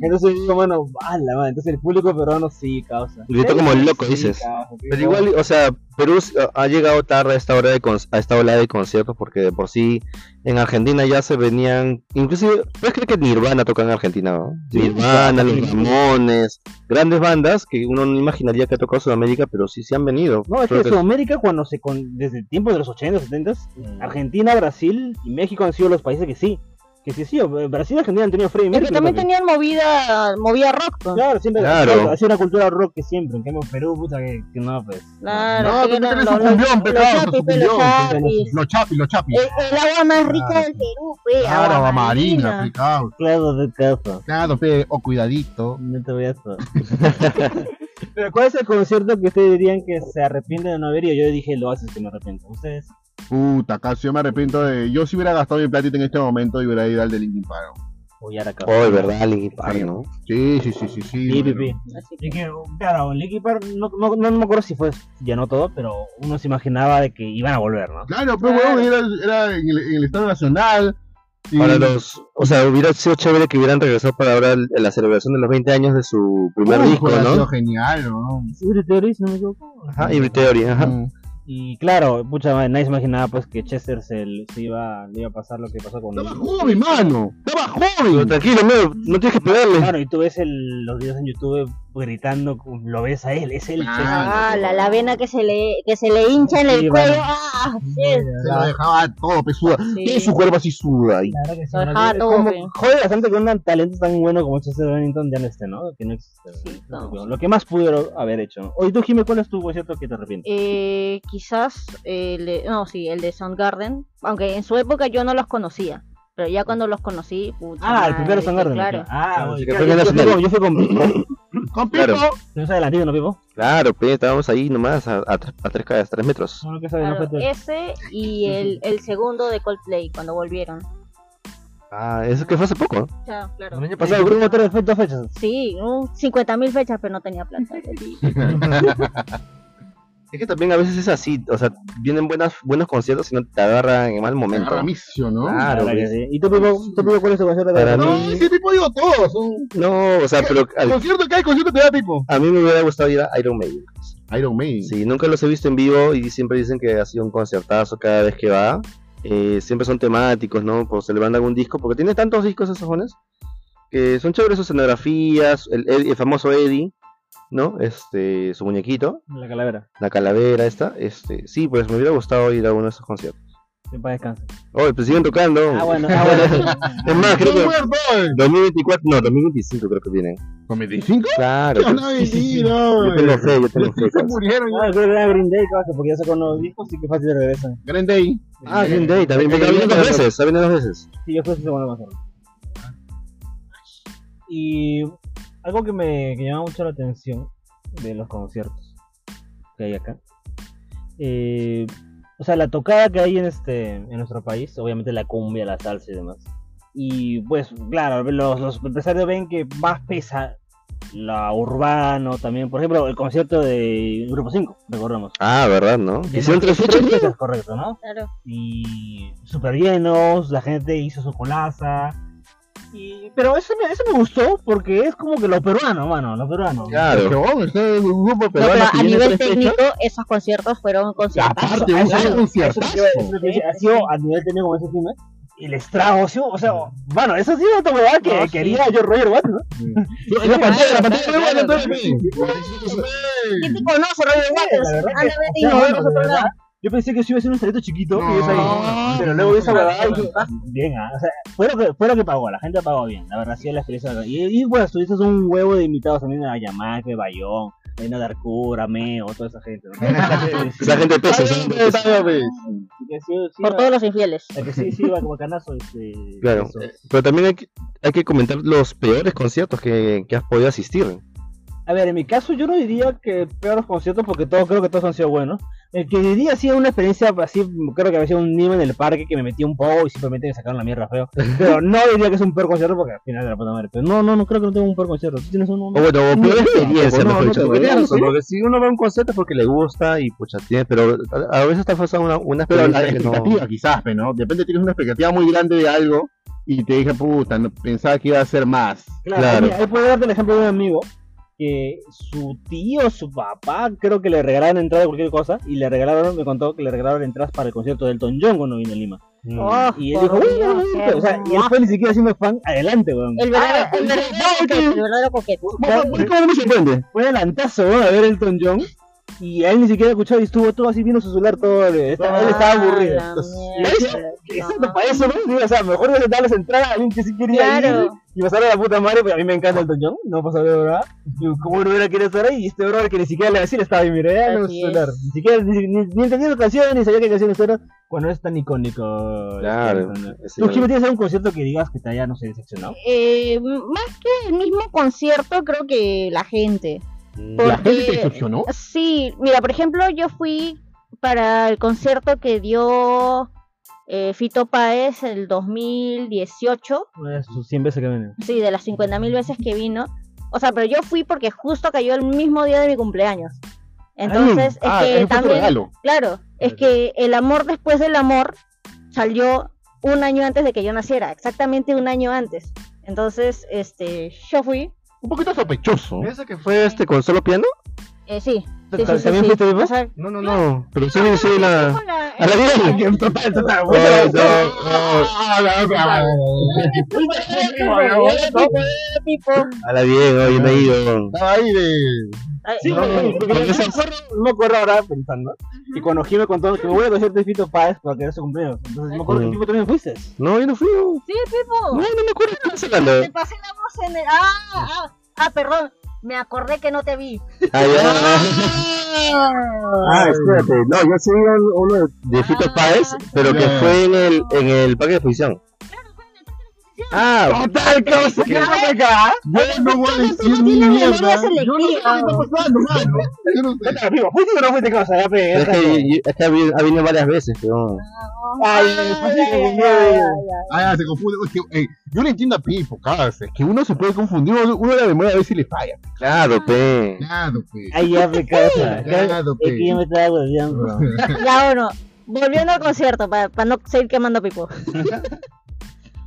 Speaker 4: Entonces digo, mano, ala, mano. Entonces el público peruano sí causa.
Speaker 3: Gritó como loco,
Speaker 4: Sí,
Speaker 3: dices.
Speaker 4: causa, sí,
Speaker 3: Pero Pues igual, o sea, Perú s- ah, ha llegado tarde a esta hora de con- a esta ola de conciertos porque de por sí en Argentina ya se venían, inclusive, ¿puedes creer que Nirvana toca en Argentina? no? Nirvana, los Ramones, grandes bandas que uno no imaginaría que ha tocado Sudamérica, pero sí se han venido.
Speaker 4: No, es
Speaker 3: Creo
Speaker 4: que
Speaker 3: que-
Speaker 4: Sudamérica, cuando se con... desde el tiempo de los 80, 70, Argentina, Brasil y México han sido los países que sí. Que sí, sí, o- Brasil y Argentina han tenido Freddy
Speaker 2: Es
Speaker 4: Mercury.
Speaker 2: que también
Speaker 4: papi.
Speaker 2: tenían movida, movida rock, pues.
Speaker 4: Claro, siempre
Speaker 3: Claro.
Speaker 4: ha sido una cultura rock que siempre. En cambio, Perú, puta, que, que no, pues.
Speaker 2: Claro,
Speaker 1: No,
Speaker 2: sí,
Speaker 1: tú
Speaker 2: eran
Speaker 1: tienes
Speaker 2: los-
Speaker 1: un cumbión,
Speaker 2: los-
Speaker 1: pe, claro,
Speaker 2: los chapis,
Speaker 1: un
Speaker 2: pe, los
Speaker 1: cumbión.
Speaker 2: chapis.
Speaker 1: Los chapis, los chapis.
Speaker 2: El, el agua más rica del Perú, pe,
Speaker 1: Claro,
Speaker 2: agua
Speaker 1: agua eh, marina,
Speaker 2: marina.
Speaker 1: pe, claro.
Speaker 4: Claro, de casa.
Speaker 1: Claro, pe, o cuidadito.
Speaker 4: No te voy a hacer.
Speaker 3: *laughs*
Speaker 4: Pero ¿cuál es el concierto que ustedes dirían que se arrepienten de no haber ido? Yo dije, lo haces que me arrepiento. ¿Ustedes?
Speaker 1: Puta, casi yo me arrepiento de. Yo si hubiera gastado mi platita en este momento y hubiera ido al de Linkin Park.
Speaker 4: Voy a acá.
Speaker 3: Oh, es verdad, Linkin Park, ¿no?
Speaker 1: Sí, sí, sí, sí, sí.
Speaker 4: Sí,
Speaker 1: mano.
Speaker 4: pipi. Es que, claro, el equipo no, no, no me acuerdo si fue, ya no todo, pero uno se imaginaba de que iban a volver, ¿no?
Speaker 1: Claro, pero huevón, era, era en, el, en el Estado Nacional. y-
Speaker 3: Para los, o sea, hubiera sido chévere que hubieran regresado para ahora el- la celebración de los 20 años de su primer
Speaker 1: Uy,
Speaker 3: disco,
Speaker 1: hubiera sido
Speaker 3: ¿no?
Speaker 1: genial, ¿no?
Speaker 4: Sobre Theories, no me equivoco.
Speaker 3: Ajá, y Theory, ajá.
Speaker 1: Mm.
Speaker 4: Y claro, pucha madre, nadie se imaginaba pues que Chester se, se iba, le iba a pasar lo que pasó con
Speaker 1: Estaba joven, mano. Estaba
Speaker 3: Pero
Speaker 1: joven.
Speaker 3: tranquilo, no, no tienes que pegarle.
Speaker 4: Claro, y tú ves el- los videos en YouTube gritando, lo ves a él, es él.
Speaker 1: Ah,
Speaker 2: Ah, la, la vena que se le, que se le hincha en el
Speaker 4: Sí,
Speaker 2: cuello.
Speaker 4: mano.
Speaker 2: Ah,
Speaker 4: Chester.
Speaker 1: Se lo dejaba todo pesuda.
Speaker 2: Sí.
Speaker 1: Tiene su cuerpo así suda. y-
Speaker 4: La verdad que sí,
Speaker 2: Ajá,
Speaker 4: ¿no? Es
Speaker 2: todo
Speaker 4: como-
Speaker 2: bien.
Speaker 4: Jode bastante que un talento tan bueno como Chester Bennington ya no esté, ¿no? Que no existe. ¿no?
Speaker 2: no.
Speaker 4: Lo que más pudieron haber hecho. ¿no? Oye, tú, Jimmy, ¿cuál es tu concierto que te arrepientes?
Speaker 2: Eh, quizás el de, no, sí, el de Soundgarden, aunque en su época yo no los conocía, pero ya cuando los conocí, puta
Speaker 4: Ah, el
Speaker 2: madre,
Speaker 4: primero Soundgarden.
Speaker 2: Claro.
Speaker 4: Ah,
Speaker 3: Claro,
Speaker 4: oye,
Speaker 3: que
Speaker 4: claro,
Speaker 3: fue
Speaker 4: yo,
Speaker 3: nacional.
Speaker 4: fui con- yo fui con... con- *coughs*
Speaker 1: Con Pipo.
Speaker 3: Claro.
Speaker 4: ¿No es adelantito, no, Pipo?
Speaker 3: Claro, pues estábamos ahí nomás a, a, tres- a tres, ca- a tres metros.
Speaker 4: No, que
Speaker 1: Ah,
Speaker 4: sabe, no
Speaker 2: Claro,
Speaker 4: fue todo.
Speaker 2: ese y el, el segundo de Coldplay cuando volvieron.
Speaker 3: Ah, eso que fue hace poco, ¿no?
Speaker 2: O sea, claro.
Speaker 4: El año pasado, creo que tres, fue dos fechas.
Speaker 2: Sí, un 50 mil fechas, pero no tenía
Speaker 4: *laughs*
Speaker 2: plata.
Speaker 3: Es que también a veces es así, o sea, vienen buenas, buenos conciertos y no te agarran en mal momento.
Speaker 1: Ramicio, ¿no?
Speaker 3: Claro,
Speaker 4: La verdad que
Speaker 3: pues.
Speaker 4: sí. ¿Y tú, Pipo, tú, Pipo, cuál es tu concierto que
Speaker 3: Para
Speaker 4: arrepientes?
Speaker 1: No,
Speaker 3: mí-
Speaker 1: ese Pipo digo todo. Son...
Speaker 3: No, o sea, pero al-
Speaker 1: Concierto que hay, concierto te da Pipo.
Speaker 3: a mí me hubiera gustado ir a Iron Maiden.
Speaker 1: Iron Maiden.
Speaker 3: Sí, nunca los he visto en vivo y siempre dicen que ha sido un concertazo cada vez que va. Eh, siempre son temáticos, ¿no? Pues celebrando algún disco, porque tiene tantos discos esos jóvenes que son chéveres sus escenografías, el, el- el famoso Eddie, ¿no? Este, su muñequito,
Speaker 4: La calavera.
Speaker 3: la calavera esta, este, sí, pues me hubiera gustado ir a uno de esos conciertos.
Speaker 4: Que en paz descanse.
Speaker 3: Oh, pues siguen tocando.
Speaker 4: Ah, bueno, ah, bueno. *laughs*
Speaker 3: Es más, Ah, creo que
Speaker 1: muerto!
Speaker 3: 2024, no, 2025 creo que vienen.
Speaker 1: ¿Con 25?
Speaker 3: Claro.
Speaker 1: No,
Speaker 3: pues,
Speaker 1: mentira.
Speaker 3: yo tengo fe, yo tengo fe.
Speaker 1: eh. Se murieron ya.
Speaker 4: Ah, creo que era Green Day, cabrón, porque ya sacó nuevos discos y que fácil de regresan.
Speaker 1: Green Day.
Speaker 3: Ah, Green Day también.
Speaker 1: Green
Speaker 3: Está
Speaker 1: Day
Speaker 3: viniendo dos
Speaker 1: también.
Speaker 3: veces, está viniendo dos veces.
Speaker 4: Sí, yo creo que sí se van a pasar. Y algo que me que llama mucho la atención de los conciertos que hay acá. eh, o sea, la tocada que hay en este en nuestro país, obviamente la cumbia, la salsa y demás. Y pues, claro, los, los empresarios ven que más pesa la urbano también. Por ejemplo, el concierto de Grupo 5, recordemos.
Speaker 3: Ah, ¿verdad, no? Hicieron tres fechas.
Speaker 4: Tres
Speaker 3: ¿no?
Speaker 4: fechas, correcto, ¿no?
Speaker 2: Claro.
Speaker 4: y super llenos, la gente hizo su colaza. Y, pero eso me, eso me gustó porque es como que lo peruano, mano, lo peruano.
Speaker 3: Claro.
Speaker 1: Chabón, este es un grupo
Speaker 2: No,
Speaker 1: peruano
Speaker 2: pero
Speaker 1: que
Speaker 2: a
Speaker 1: viene
Speaker 2: nivel
Speaker 1: tres fechas.
Speaker 2: técnico, esos conciertos fueron conciertos.
Speaker 1: Aparte, un
Speaker 4: Claro,
Speaker 1: concierto.
Speaker 4: Eso es lo que decía, ha sido a nivel técnico como ese time, y les trajo, sí, o sea, bueno, eso sí es otra huevada que
Speaker 2: No, sí.
Speaker 4: quería yo Roger Watts, ¿no?
Speaker 1: En la pantalla, la pantalla
Speaker 2: Claro,
Speaker 1: peruana,
Speaker 2: claro,
Speaker 1: entonces,
Speaker 2: ¿Quién te conoce, Roger Waters?
Speaker 4: La verdad que-
Speaker 2: Anda, vete Ah, y
Speaker 4: o sea,
Speaker 2: nos
Speaker 4: bueno,
Speaker 2: vemos
Speaker 4: de
Speaker 2: otro
Speaker 4: verdad,
Speaker 2: lado.
Speaker 4: Yo pensé que sí iba a ser un estalito chiquito,
Speaker 1: No.
Speaker 4: que yo sabía, pero luego vi esa
Speaker 2: No,
Speaker 4: huevada y
Speaker 2: no,
Speaker 4: dije, ah, bien, ah, o sea, fue lo, que, fue lo que pagó, la gente pagó bien, la verdad, sí, la experiencia. Y, y bueno, estuviste un huevo de invitados también a Yamaque, Bayón, Reina de Arcura, Meo, toda esa gente. ¿no?
Speaker 3: Esa gente pesa. esa gente pesa.
Speaker 1: Está bien,
Speaker 4: Así que sí, sí, Eh,
Speaker 2: Por
Speaker 4: iba-
Speaker 2: todos los infieles.
Speaker 4: la que sí, sí, iba como canazo, este...
Speaker 3: Claro.
Speaker 4: eso.
Speaker 3: Pero también hay que, hay que comentar los peores conciertos que, que has podido asistir.
Speaker 4: A ver, en mi caso yo no diría que peores conciertos porque todos creo que todos han sido buenos. El que diría sí una experiencia así, creo que había sido un niño en el parque que me metí un poco y simplemente me sacaron la mierda feo. Pero no diría que es un peor concierto porque al final de la puta madre. Pero no, no, no creo que no tengo un peor concierto. ¿Tú tienes uno?
Speaker 3: O bueno, o peor
Speaker 4: No,
Speaker 3: experiencia,
Speaker 4: no,
Speaker 3: mejor
Speaker 4: no,
Speaker 3: dicho.
Speaker 4: no,
Speaker 3: Porque,
Speaker 4: no,
Speaker 3: tienes
Speaker 4: no,
Speaker 3: razón,
Speaker 4: no.
Speaker 3: porque si uno va a un concierto es porque le gusta y pucha, tiene, pero a, a veces te ha pasado una, una
Speaker 1: Pero la
Speaker 3: experiencia que no-
Speaker 1: expectativa, quizás, pe, ¿no? De repente tienes una expectativa muy grande de algo y te dije, puta, no- pensaba que iba a ser más.
Speaker 4: Claro,
Speaker 3: Claro.
Speaker 4: mira, ahí puedo darte el ejemplo de un amigo que su tío, su papá, creo que le regalaron entradas de cualquier cosa y le regalaron, me contó que le regalaron entradas para el concierto del Elton John cuando vino a Lima.
Speaker 3: Ah,
Speaker 2: Oh,
Speaker 4: Y él dijo,
Speaker 2: por
Speaker 4: uy, ya,
Speaker 2: Dios,
Speaker 4: ya, ya". o sea, y él fue ni siquiera siendo fan, adelante, weón. Ah,
Speaker 2: El verdadero, el verdadero coquete, el verdadero coquete.
Speaker 3: Uy, ¿Cómo no me sorprende?
Speaker 4: Fue adelantazo, weón, a ver Elton John y a él ni siquiera escuchó y estuvo todo así viendo su celular todo, eh, estaba- él estaba aburrido.
Speaker 2: Ah,
Speaker 4: *laughs* Y
Speaker 2: la
Speaker 4: eso,
Speaker 2: mierda.
Speaker 4: eso no, para eso, ¿no? Sí, O sea, mejor que darles entrada a alguien que sí quería ir
Speaker 2: Claro.
Speaker 4: y pasar a la puta madre, porque a mí me encanta el John, no pasa nada, ¿verdad? Y como uno era que estar ahí, y este brother que ni siquiera le decía, estaba ahí, mira, ya no
Speaker 2: Así
Speaker 4: celular. Ni siquiera, ni, ni, ni entendía su canción, ni sabía qué canciones eran, cuando es tan icónico.
Speaker 3: Claro.
Speaker 4: este, ¿no?
Speaker 3: ese-
Speaker 4: ¿Tú, Jimmy, tienes algún concierto que digas que te haya, no sé, decepcionado?
Speaker 2: Eh, más que el mismo concierto, creo que la gente.
Speaker 1: ¿La gente
Speaker 2: Porque-
Speaker 1: este, te decepcionó?
Speaker 2: Sí, mira, por ejemplo, yo fui para el concierto que dio eh, Fito Páez el 2018,
Speaker 4: Sus 100 veces que vienen.
Speaker 2: sí, de las 50.000 veces que vino. O sea, pero yo fui porque justo cayó el mismo día de mi cumpleaños.
Speaker 3: Ah,
Speaker 2: Entonces, es
Speaker 1: Ah,
Speaker 2: que
Speaker 1: ese fue tu
Speaker 2: también,
Speaker 1: regalo.
Speaker 2: claro, es que el amor después del amor salió un año antes de que yo naciera, exactamente un año antes. Entonces, este, yo fui,
Speaker 1: Un poquito sospechoso.
Speaker 3: ¿Ese que fue este con solo piano?
Speaker 2: eh, sí. sí, sí,
Speaker 3: ¿También
Speaker 2: sí, sí.
Speaker 3: fuiste vivo?
Speaker 2: O sea,
Speaker 3: No, no, no. Pero sí, sí, la.
Speaker 2: con la- eh,
Speaker 3: A la vida.
Speaker 1: Que en total, total,
Speaker 3: Bueno,
Speaker 1: Ah, bueno,
Speaker 3: no,
Speaker 1: ah, ah, ah, ah,
Speaker 3: A la bien, oye, me he ido.
Speaker 1: Estaba ahí de.
Speaker 2: ay,
Speaker 4: Sí, porque- porque yo me acuerdo- me acuerdo ahora pensando que cuando Jimmy contó que me voy a conocer de Fito Páez para que era su cumpleaños. Entonces me acuerdo que
Speaker 3: Ujú.
Speaker 4: tú también fuiste.
Speaker 3: No, yo no fui. No,
Speaker 2: Sí, Pipo.
Speaker 3: no me acuerdo de ese calor.
Speaker 2: Te pasé la voz en el. Ah, ah, ah, perdón. Me acordé que no te vi.
Speaker 3: Ah, ya.
Speaker 6: Ah, espérate. No, yo soy un- uno de
Speaker 3: De Fito Páez, pero que fue en el, en el parque de exposición. Ah,
Speaker 1: Total, cosa que no me cagas. Yo no voy a decir ni mierda. Yo no sé qué está pasando, mano. Yo no sé.
Speaker 4: Amigo, ¿fuiste o no fuiste cosa? Ya pegué.
Speaker 3: es que, es que ha venido- ha venido varias veces, pero.
Speaker 4: Ay, pues sí, que me-
Speaker 1: Ah, ya, se confunde. Oye, que- ey, yo le entiendo a Pipo, cágase. Es que uno se puede confundir, uno uno la memoria a veces le falla.
Speaker 3: Claro, pe.
Speaker 1: Claro, pues. pe.
Speaker 4: Ay, ya me casa.
Speaker 1: Claro,
Speaker 4: Es que
Speaker 1: pe.
Speaker 4: yo me estaba hueveando.
Speaker 2: Ya bueno. Volviendo al concierto, para no seguir quemando
Speaker 1: *laughs*
Speaker 2: a Pipo.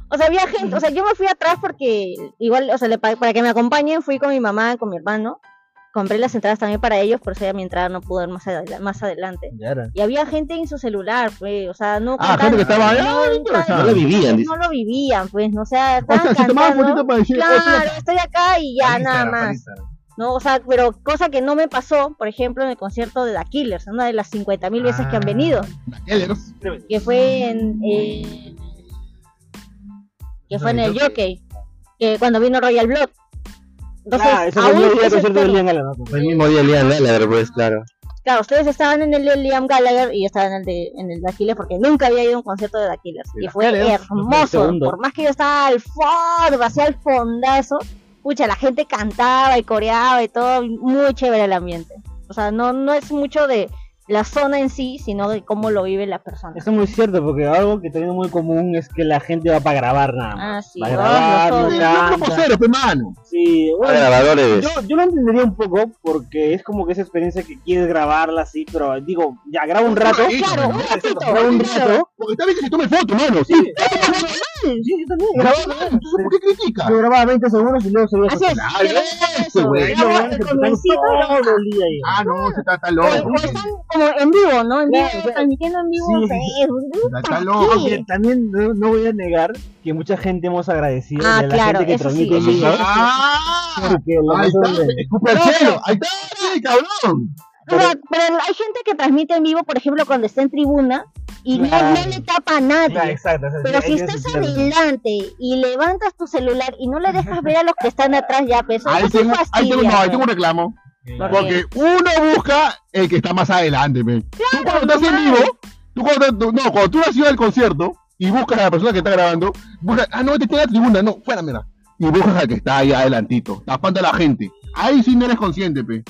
Speaker 2: O sea, había gente, o sea, yo me fui atrás porque igual, o sea, le pa- para que me acompañen fui con mi mamá, con mi hermano. Compré las entradas también para ellos, por si a mi entrada no pudo ir más, adela- más adelante.
Speaker 4: Ya era.
Speaker 2: Y había gente en su celular, pues, o sea, no...
Speaker 1: Ah, gente que estaba ahí, ah,
Speaker 2: no,
Speaker 1: interesante.
Speaker 3: No la vivían, dice.
Speaker 2: no lo vivían, pues, no, o sea,
Speaker 1: O
Speaker 2: estaban
Speaker 1: sea, se tomaba
Speaker 2: cantando.
Speaker 1: fotito para decir.
Speaker 2: Claro, estoy acá y ya, nada más. No, o sea, pero cosa que no me pasó, por ejemplo, en el concierto de The Killers, una de las 50.000 veces que han venido,
Speaker 4: Ah.
Speaker 2: que fue en eh, que fue en el Jockey, que cuando vino Royal Blood. Entonces,
Speaker 4: Ah, eso
Speaker 2: pues, aún
Speaker 4: fue el día del
Speaker 2: eso
Speaker 4: concierto de
Speaker 2: todo.
Speaker 4: Lian Galán. ¿no?
Speaker 3: Fue el mismo día Liam Gallagher, pues, claro.
Speaker 2: claro, ustedes estaban en el de Liam Gallagher y yo estaba en el de en el de The Killers porque nunca había ido a un concierto de The Killers y fue hermoso,
Speaker 4: segundo.
Speaker 2: por más que yo estaba al fondo, hacia el fondazo, pucha, la gente cantaba y coreaba y todo, muy chévere el ambiente. O sea, no no es mucho de la zona en sí, sino de cómo lo viven las personas.
Speaker 4: Eso es muy cierto, porque algo que también es muy común es que la gente va para grabar nada más.
Speaker 2: Ah, sí,
Speaker 4: Va a
Speaker 2: vamos
Speaker 4: grabar,
Speaker 2: nosotros.
Speaker 4: no
Speaker 1: Somos
Speaker 4: canta.
Speaker 1: ceros, hermano.
Speaker 4: Sí,
Speaker 3: Ah,
Speaker 4: bueno,
Speaker 3: grabadores.
Speaker 4: yo, yo lo entendería un poco porque es como que esa experiencia que quieres grabarla así, pero digo, ya grabo un rato.
Speaker 1: Claro,
Speaker 2: un ratito,
Speaker 4: Grabo un rato.
Speaker 1: Porque está bien que se tome foto, mano. Sí,
Speaker 4: Sí, yo también.
Speaker 1: grabado, ¿no? Entonces, ¿por qué critica?
Speaker 4: Yo grababa 20 segundos y luego subía.
Speaker 2: *laughs* Así es,
Speaker 1: Claro,
Speaker 2: pero
Speaker 1: ese
Speaker 2: eso,
Speaker 1: güey,
Speaker 2: grabo
Speaker 4: Grababa
Speaker 2: el
Speaker 4: que te
Speaker 2: comienzo,
Speaker 4: están todo el día ahí.
Speaker 1: Ah, no, se está, está
Speaker 2: o-
Speaker 1: loco.
Speaker 2: o están como en vivo, ¿no? En vivo,
Speaker 4: Claro, claro.
Speaker 2: transmitiendo en vivo
Speaker 4: Sí.
Speaker 2: en Facebook.
Speaker 1: Está, está
Speaker 2: ¿Para
Speaker 1: loco.
Speaker 2: qué?
Speaker 4: Aunque también no, no voy a negar que mucha gente hemos agradecido
Speaker 2: Ah,
Speaker 4: de la
Speaker 2: claro,
Speaker 4: gente que
Speaker 2: eso sí,
Speaker 4: transmite
Speaker 2: eso
Speaker 4: en vivo,
Speaker 2: sí.
Speaker 1: Ah,
Speaker 4: porque lo
Speaker 1: ahí
Speaker 4: más
Speaker 1: está,
Speaker 4: sobre-
Speaker 1: escupe al cielo. Ahí está, sí, cabrón.
Speaker 2: O sea, pero hay gente que transmite en vivo, por ejemplo, cuando está en tribuna y no,
Speaker 4: Claro.
Speaker 2: no le tapa a nadie.
Speaker 4: Ah, exacto, exacto,
Speaker 2: Pero
Speaker 4: ahí
Speaker 2: si
Speaker 4: tienes
Speaker 2: estás
Speaker 4: que quitarlo.
Speaker 2: adelante y levantas tu celular y no le dejas ver a los que están atrás ya, pues eso
Speaker 1: Ahí tengo,
Speaker 2: sí
Speaker 1: ahí tengo,
Speaker 2: fastidia,
Speaker 1: no, ahí
Speaker 2: ¿no?
Speaker 1: tengo un reclamo.
Speaker 2: ¿Por qué?
Speaker 1: Porque uno busca el que está más adelante, men. Tú cuando estás en vivo, tú cuando, tú- no, cuando tú has ido al concierto y buscas a la persona que está grabando, buscas, ah, no, te queda la tribuna, no, fuera, mira. Y buscas al que está ahí adelantito, tapando a la gente. Ahí sí no eres consciente, pe.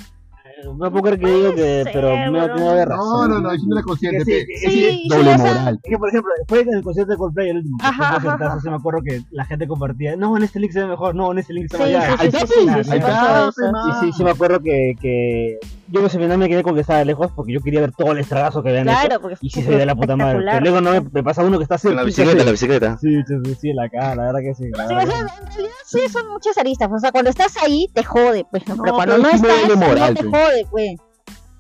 Speaker 4: No puedo creer que digo que,
Speaker 2: ser,
Speaker 4: pero me
Speaker 2: bro.
Speaker 4: lo tengo de
Speaker 1: No,
Speaker 4: razón.
Speaker 1: no, no, ahí sí no eres consciente,
Speaker 4: Que sí,
Speaker 1: pe.
Speaker 4: que sí.
Speaker 2: Sí,
Speaker 1: Doble
Speaker 2: sí, o sea,
Speaker 1: moral.
Speaker 4: Es que, por ejemplo, fue en el concierto de Coldplay el último. que
Speaker 2: Ajá,
Speaker 4: fue un
Speaker 2: ajá,
Speaker 4: conciertazo,
Speaker 2: ajá.
Speaker 4: sí me acuerdo que la gente compartía, no, en este link se ve mejor, no, en este link se
Speaker 2: Sí,
Speaker 4: ve allá.
Speaker 2: sí,
Speaker 1: Ahí está,
Speaker 2: sí,
Speaker 1: pe.
Speaker 2: sí,
Speaker 1: Ahí
Speaker 2: sí, sí,
Speaker 1: está, pues,
Speaker 2: pasó eso.
Speaker 4: Y sí, sí me acuerdo que, que yo no sé, final me quedé con que estaba lejos porque yo quería ver todo el estradazo que habían hecho.
Speaker 2: Claro, porque
Speaker 4: Y sí se veía la puta madre. Pero luego no me, me pasa uno que está
Speaker 3: Con la
Speaker 4: cerquita,
Speaker 3: bicicleta,
Speaker 4: sí.
Speaker 3: la bicicleta.
Speaker 4: Sí, sí, sí, sí, la cara, la verdad que sí. la
Speaker 2: Sí, o
Speaker 4: verdad
Speaker 2: sea, en realidad sí son muchas aristas. O sea, cuando estás ahí te jode, pues. ¿no?
Speaker 1: No,
Speaker 2: pero cuando
Speaker 1: pero
Speaker 2: no
Speaker 1: es que me
Speaker 2: estás,
Speaker 1: duele moral,
Speaker 2: no te
Speaker 1: pues.
Speaker 2: jode, pues.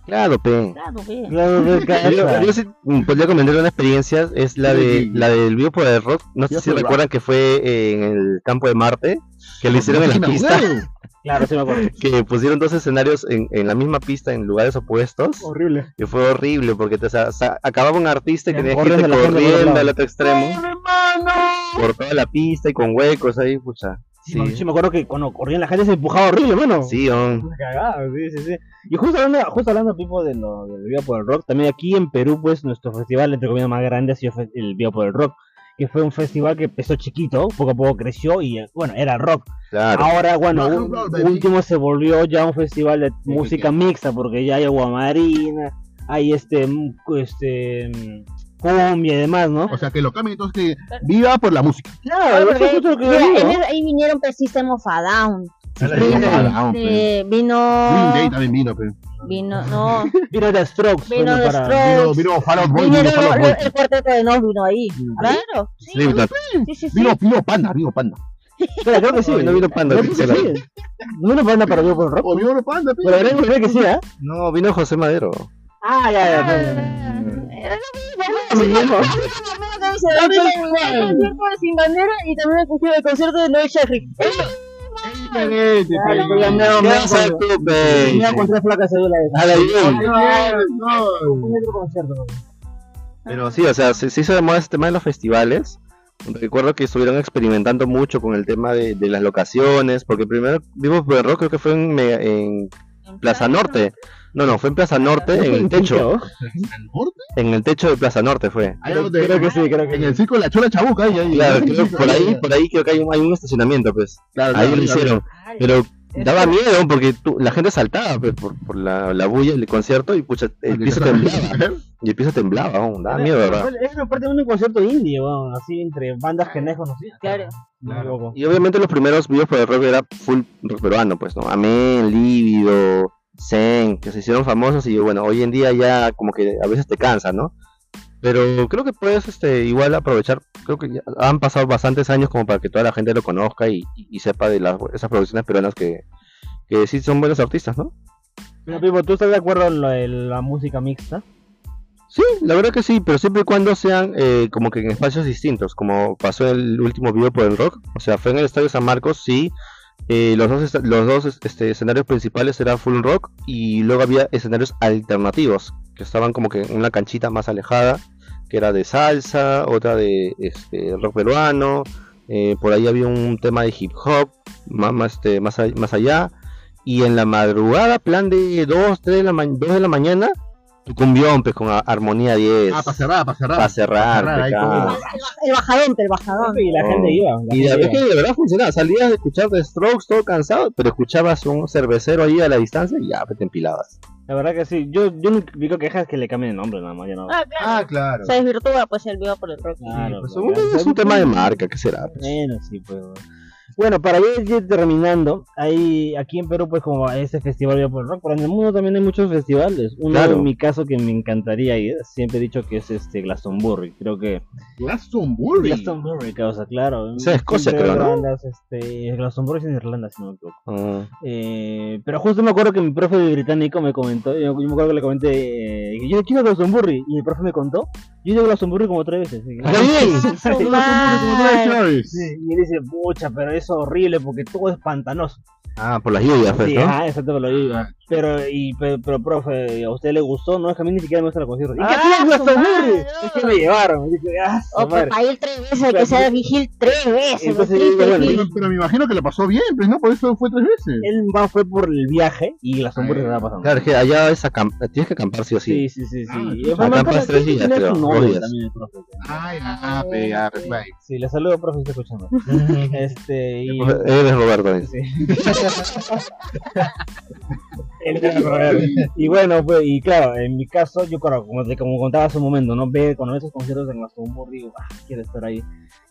Speaker 3: Claro, pe.
Speaker 2: Claro,
Speaker 4: que-
Speaker 2: pues.
Speaker 4: Claro, pues,
Speaker 3: *laughs* Yo,
Speaker 4: cara.
Speaker 3: yo sí podría comentar una experiencia, es la de la del vivo por el rock. No sé
Speaker 1: Vivo
Speaker 3: si
Speaker 1: por el
Speaker 3: recuerdan que fue en el campo de Marte, que lo hicieron en
Speaker 1: Sí,
Speaker 3: la
Speaker 1: me
Speaker 3: pista,
Speaker 1: acuerdo.
Speaker 4: Claro, sí me acuerdo.
Speaker 3: que pusieron dos escenarios en, en la misma pista en lugares opuestos.
Speaker 4: Horrible.
Speaker 3: Y fue horrible porque te, o sea, sa- acababa un artista y
Speaker 4: Ya,
Speaker 3: tenías que
Speaker 4: corres
Speaker 3: irte
Speaker 4: de la gente al otro
Speaker 3: corriendo
Speaker 4: lado.
Speaker 3: al otro extremo por toda la pista y con huecos ahí, pucha.
Speaker 4: Sí. me-
Speaker 3: Sí,
Speaker 4: sí me acuerdo que cuando corrían la gente se empujaba horrible, mano.
Speaker 3: sí, on.
Speaker 4: Una cagada, sí, sí, sí. Y justo hablando, justo hablando tipo de lo del Viva por el Rock, también aquí en Perú, pues nuestro festival, entre comillas, más grande ha sido fe- el Viva por el Rock, que fue un festival que empezó chiquito, poco a poco creció y, eh, bueno, era rock.
Speaker 3: claro.
Speaker 4: Ahora, bueno,
Speaker 1: Rock and
Speaker 4: un-
Speaker 1: roll, baby.
Speaker 4: último se volvió ya un festival de música mixta, porque ya hay aguamarina, hay este, mm, cu- este mm, cumbia y demás, ¿no?
Speaker 1: O sea, que lo cambien entonces que viva por la música.
Speaker 4: Claro, eso es
Speaker 7: porque,
Speaker 4: lo que yo
Speaker 7: mira,
Speaker 4: digo.
Speaker 7: en ese- ahí vinieron pues System of a Down.
Speaker 1: este Ojalá, pe.
Speaker 7: Eh,
Speaker 1: Ah, Green Day
Speaker 7: vino,
Speaker 1: también vino, pero.
Speaker 7: vino, no,
Speaker 4: Vino The Strokes.
Speaker 7: vino
Speaker 4: bueno,
Speaker 7: The
Speaker 4: para-
Speaker 1: Vino,
Speaker 7: Strokes.
Speaker 1: vino Fall Out Boy, vino
Speaker 7: Vinieron
Speaker 1: Fall Out
Speaker 7: lo-
Speaker 1: Boy.
Speaker 7: el cuarteto de Nos vino ahí. Claro. Sí,
Speaker 3: Slipknot.
Speaker 7: sí, sí. sí.
Speaker 1: Vino, vino Panda, vino Panda.
Speaker 4: Claro, creo que sí.
Speaker 3: No vino Panda,
Speaker 4: Creo que
Speaker 3: se la-
Speaker 4: sí. No vino Panda para Dios por Rock.
Speaker 1: O Oh, vino Panda, pe.
Speaker 4: Pero creo creo que sí, ¿ah?
Speaker 3: No, vino José Madero.
Speaker 4: Ah, ya, ya, ya, ya.
Speaker 7: Era lo mismo. ¿no? Era lo mismo. El concierto de Sin Bandera y también el concierto- el concierto de Noel Shahri.
Speaker 4: ¡Ah!
Speaker 1: Diferente, pe.
Speaker 4: Claro, pero ya me hago-
Speaker 3: ¿Qué
Speaker 4: me
Speaker 3: vas a
Speaker 4: hago-
Speaker 3: tú,
Speaker 4: me
Speaker 3: pe?
Speaker 4: hago con tres flacas de la
Speaker 3: A la guión.
Speaker 4: Un otro concierto.
Speaker 3: Pero sí, o sea, se, se hizo de moda ese tema de los festivales. Recuerdo que estuvieron experimentando mucho con el tema de, de las locaciones, porque primero Vivo por el Rock creo que fue en, me- en Plaza Norte. No, no, fue en Plaza Norte, en el techo.
Speaker 1: ¿Al norte?
Speaker 3: En el techo de Plaza Norte fue.
Speaker 1: Ahí donde- En el circo de la Chola Chabuca, ahí, ahí.
Speaker 3: Claro,
Speaker 1: ahí,
Speaker 3: creo,
Speaker 1: ahí,
Speaker 3: por ahí, por ahí creo que hay un, hay un estacionamiento, pues.
Speaker 1: Claro,
Speaker 3: Ahí
Speaker 1: claro,
Speaker 3: lo
Speaker 1: claro.
Speaker 3: hicieron. Pero daba miedo porque tú- la gente saltaba pues, por, por la, la bulla del concierto y pucha, el piso temblaba. Y el piso temblaba, aún, daba miedo, ¿verdad?
Speaker 4: Es una parte de un concierto indie, weón, así entre bandas que no es conocida.
Speaker 7: Claro.
Speaker 4: Loco.
Speaker 3: Y obviamente los primeros videos por el rock era full rock peruano, pues, ¿no? Amén, Lívido, Zen, que se hicieron famosos y bueno, hoy en día ya como que a veces te cansa, ¿no? Pero creo que puedes este, igual aprovechar, creo que ya han pasado bastantes años como para que toda la gente lo conozca y, y- y sepa de las, esas producciones peruanas que, que sí son buenos artistas, ¿no?
Speaker 4: Pero Pipo, ¿tú estás de acuerdo en lo de la música mixta?
Speaker 3: Sí, la verdad que sí, pero siempre y cuando sean eh, como que en espacios distintos, como pasó en el último video por el rock, o sea, fue en el Estadio San Marcos, sí, eh, los dos, esta- los dos es- este, escenarios principales eran full rock y luego había escenarios alternativos, que estaban como que en una canchita más alejada, que era de salsa, otra de este, rock peruano, eh, por ahí había un tema de hip hop, más, más, este, más, a- más allá, y en la madrugada, plan de 2, 3 de la, ma- 2 de la mañana, tu cumbión, pues con a- armonía 10.
Speaker 1: Ah, para cerrar, para cerrar.
Speaker 3: Para cerrar,
Speaker 1: pa' cerrar, ahí
Speaker 3: pecado.
Speaker 1: como-
Speaker 7: El bajadón, el bajadón.
Speaker 4: Ah, Oh. Y
Speaker 1: Oh.
Speaker 4: la
Speaker 3: No.
Speaker 4: gente iba. la
Speaker 3: Y la
Speaker 4: gente
Speaker 3: verdad
Speaker 4: iba.
Speaker 3: que de verdad funcionaba. Salías de escuchar The Strokes todo cansado, pero escuchabas un cervecero ahí a la distancia y ya pues, te empilabas.
Speaker 4: La verdad que sí. Yo, yo no digo quejas que le cambien el nombre, nada más. Ya no.
Speaker 7: Ah,
Speaker 1: Ah,
Speaker 7: claro.
Speaker 1: claro.
Speaker 7: Se desvirtúa pues el video por el rock.
Speaker 4: Claro,
Speaker 3: Pues,
Speaker 4: pero ya-
Speaker 3: es un tema de marca, ¿qué será?
Speaker 4: Bueno, sí, pues. bueno. Bueno, para ir ir terminando, hay aquí en Perú, pues, como ese festival Viva por el Rock, pero en el mundo también hay muchos festivales. Uno,
Speaker 3: Claro.
Speaker 4: en mi caso, que me encantaría ir, siempre he dicho que es este Glastonbury. Creo que
Speaker 1: Glastonbury.
Speaker 4: Glastonbury, causa, claro.
Speaker 3: O sea, Escocia,
Speaker 4: Siempre
Speaker 3: creo, ¿no?
Speaker 4: Irlandas, este, Glastonbury es en Irlanda, si no me equivoco.
Speaker 3: Ah,
Speaker 4: Eh, pero justo me acuerdo que mi profe británico me comentó, yo, yo me acuerdo que le comenté, eh, yo quiero Glastonbury, y el profe me contó, yo he ido a Glastonbury como tres veces. Y-
Speaker 7: Su
Speaker 1: Glastonbury
Speaker 7: madre.
Speaker 1: Choice.
Speaker 4: Sí, y él dice, pucha, pero es horrible porque todo es pantanoso.
Speaker 3: ah, por las lluvias, pues,
Speaker 4: sí,
Speaker 3: ¿no?
Speaker 4: ah, exacto, me lo digo. Pero, y, pero, pero, profe, ¿a usted le gustó? No, es que a mí ni siquiera me gusta el concierto. ¿Y qué
Speaker 7: Ah,
Speaker 4: hacían en
Speaker 7: su
Speaker 4: Glastonbury?
Speaker 7: madre.
Speaker 4: Es que me llevaron. Y dije, ah, su
Speaker 7: O
Speaker 4: madre.
Speaker 7: para ir tres veces, hay que ser vigil tres veces.
Speaker 4: Entonces,
Speaker 7: pues, triste,
Speaker 4: bueno,
Speaker 7: Gil.
Speaker 1: Pero, pero me imagino que la pasó bien, pues, ¿no? Por eso fue tres veces.
Speaker 4: Él más fue por el viaje y Glastonbury
Speaker 1: Ah,
Speaker 4: estaba pasando.
Speaker 3: Claro, es que allá es acamp- tienes que acampar sí o sí.
Speaker 4: Sí, sí, sí, sí.
Speaker 1: Ah,
Speaker 4: Y
Speaker 1: claro.
Speaker 7: pues,
Speaker 3: Acá
Speaker 4: además, creo
Speaker 3: pasas
Speaker 4: que
Speaker 3: tres
Speaker 4: sí
Speaker 3: días,
Speaker 4: tiene
Speaker 3: creo,
Speaker 4: su
Speaker 3: dos
Speaker 4: nombre
Speaker 3: días.
Speaker 4: también, el profe.
Speaker 1: Ay, ah, pe, ya, pues, bye.
Speaker 4: Sí, le saludo, profe, si está
Speaker 3: *laughs*
Speaker 4: escuchando. este, y...
Speaker 3: Eres Eh, Roberto. dice.
Speaker 4: Sí. *laughs* El gran Roberto. y bueno, pues, y claro, en mi caso, yo claro, como, te- como contaba hace un momento, ¿no? Ve con esos conciertos en Glastonbury, digo, ah, quiero estar ahí,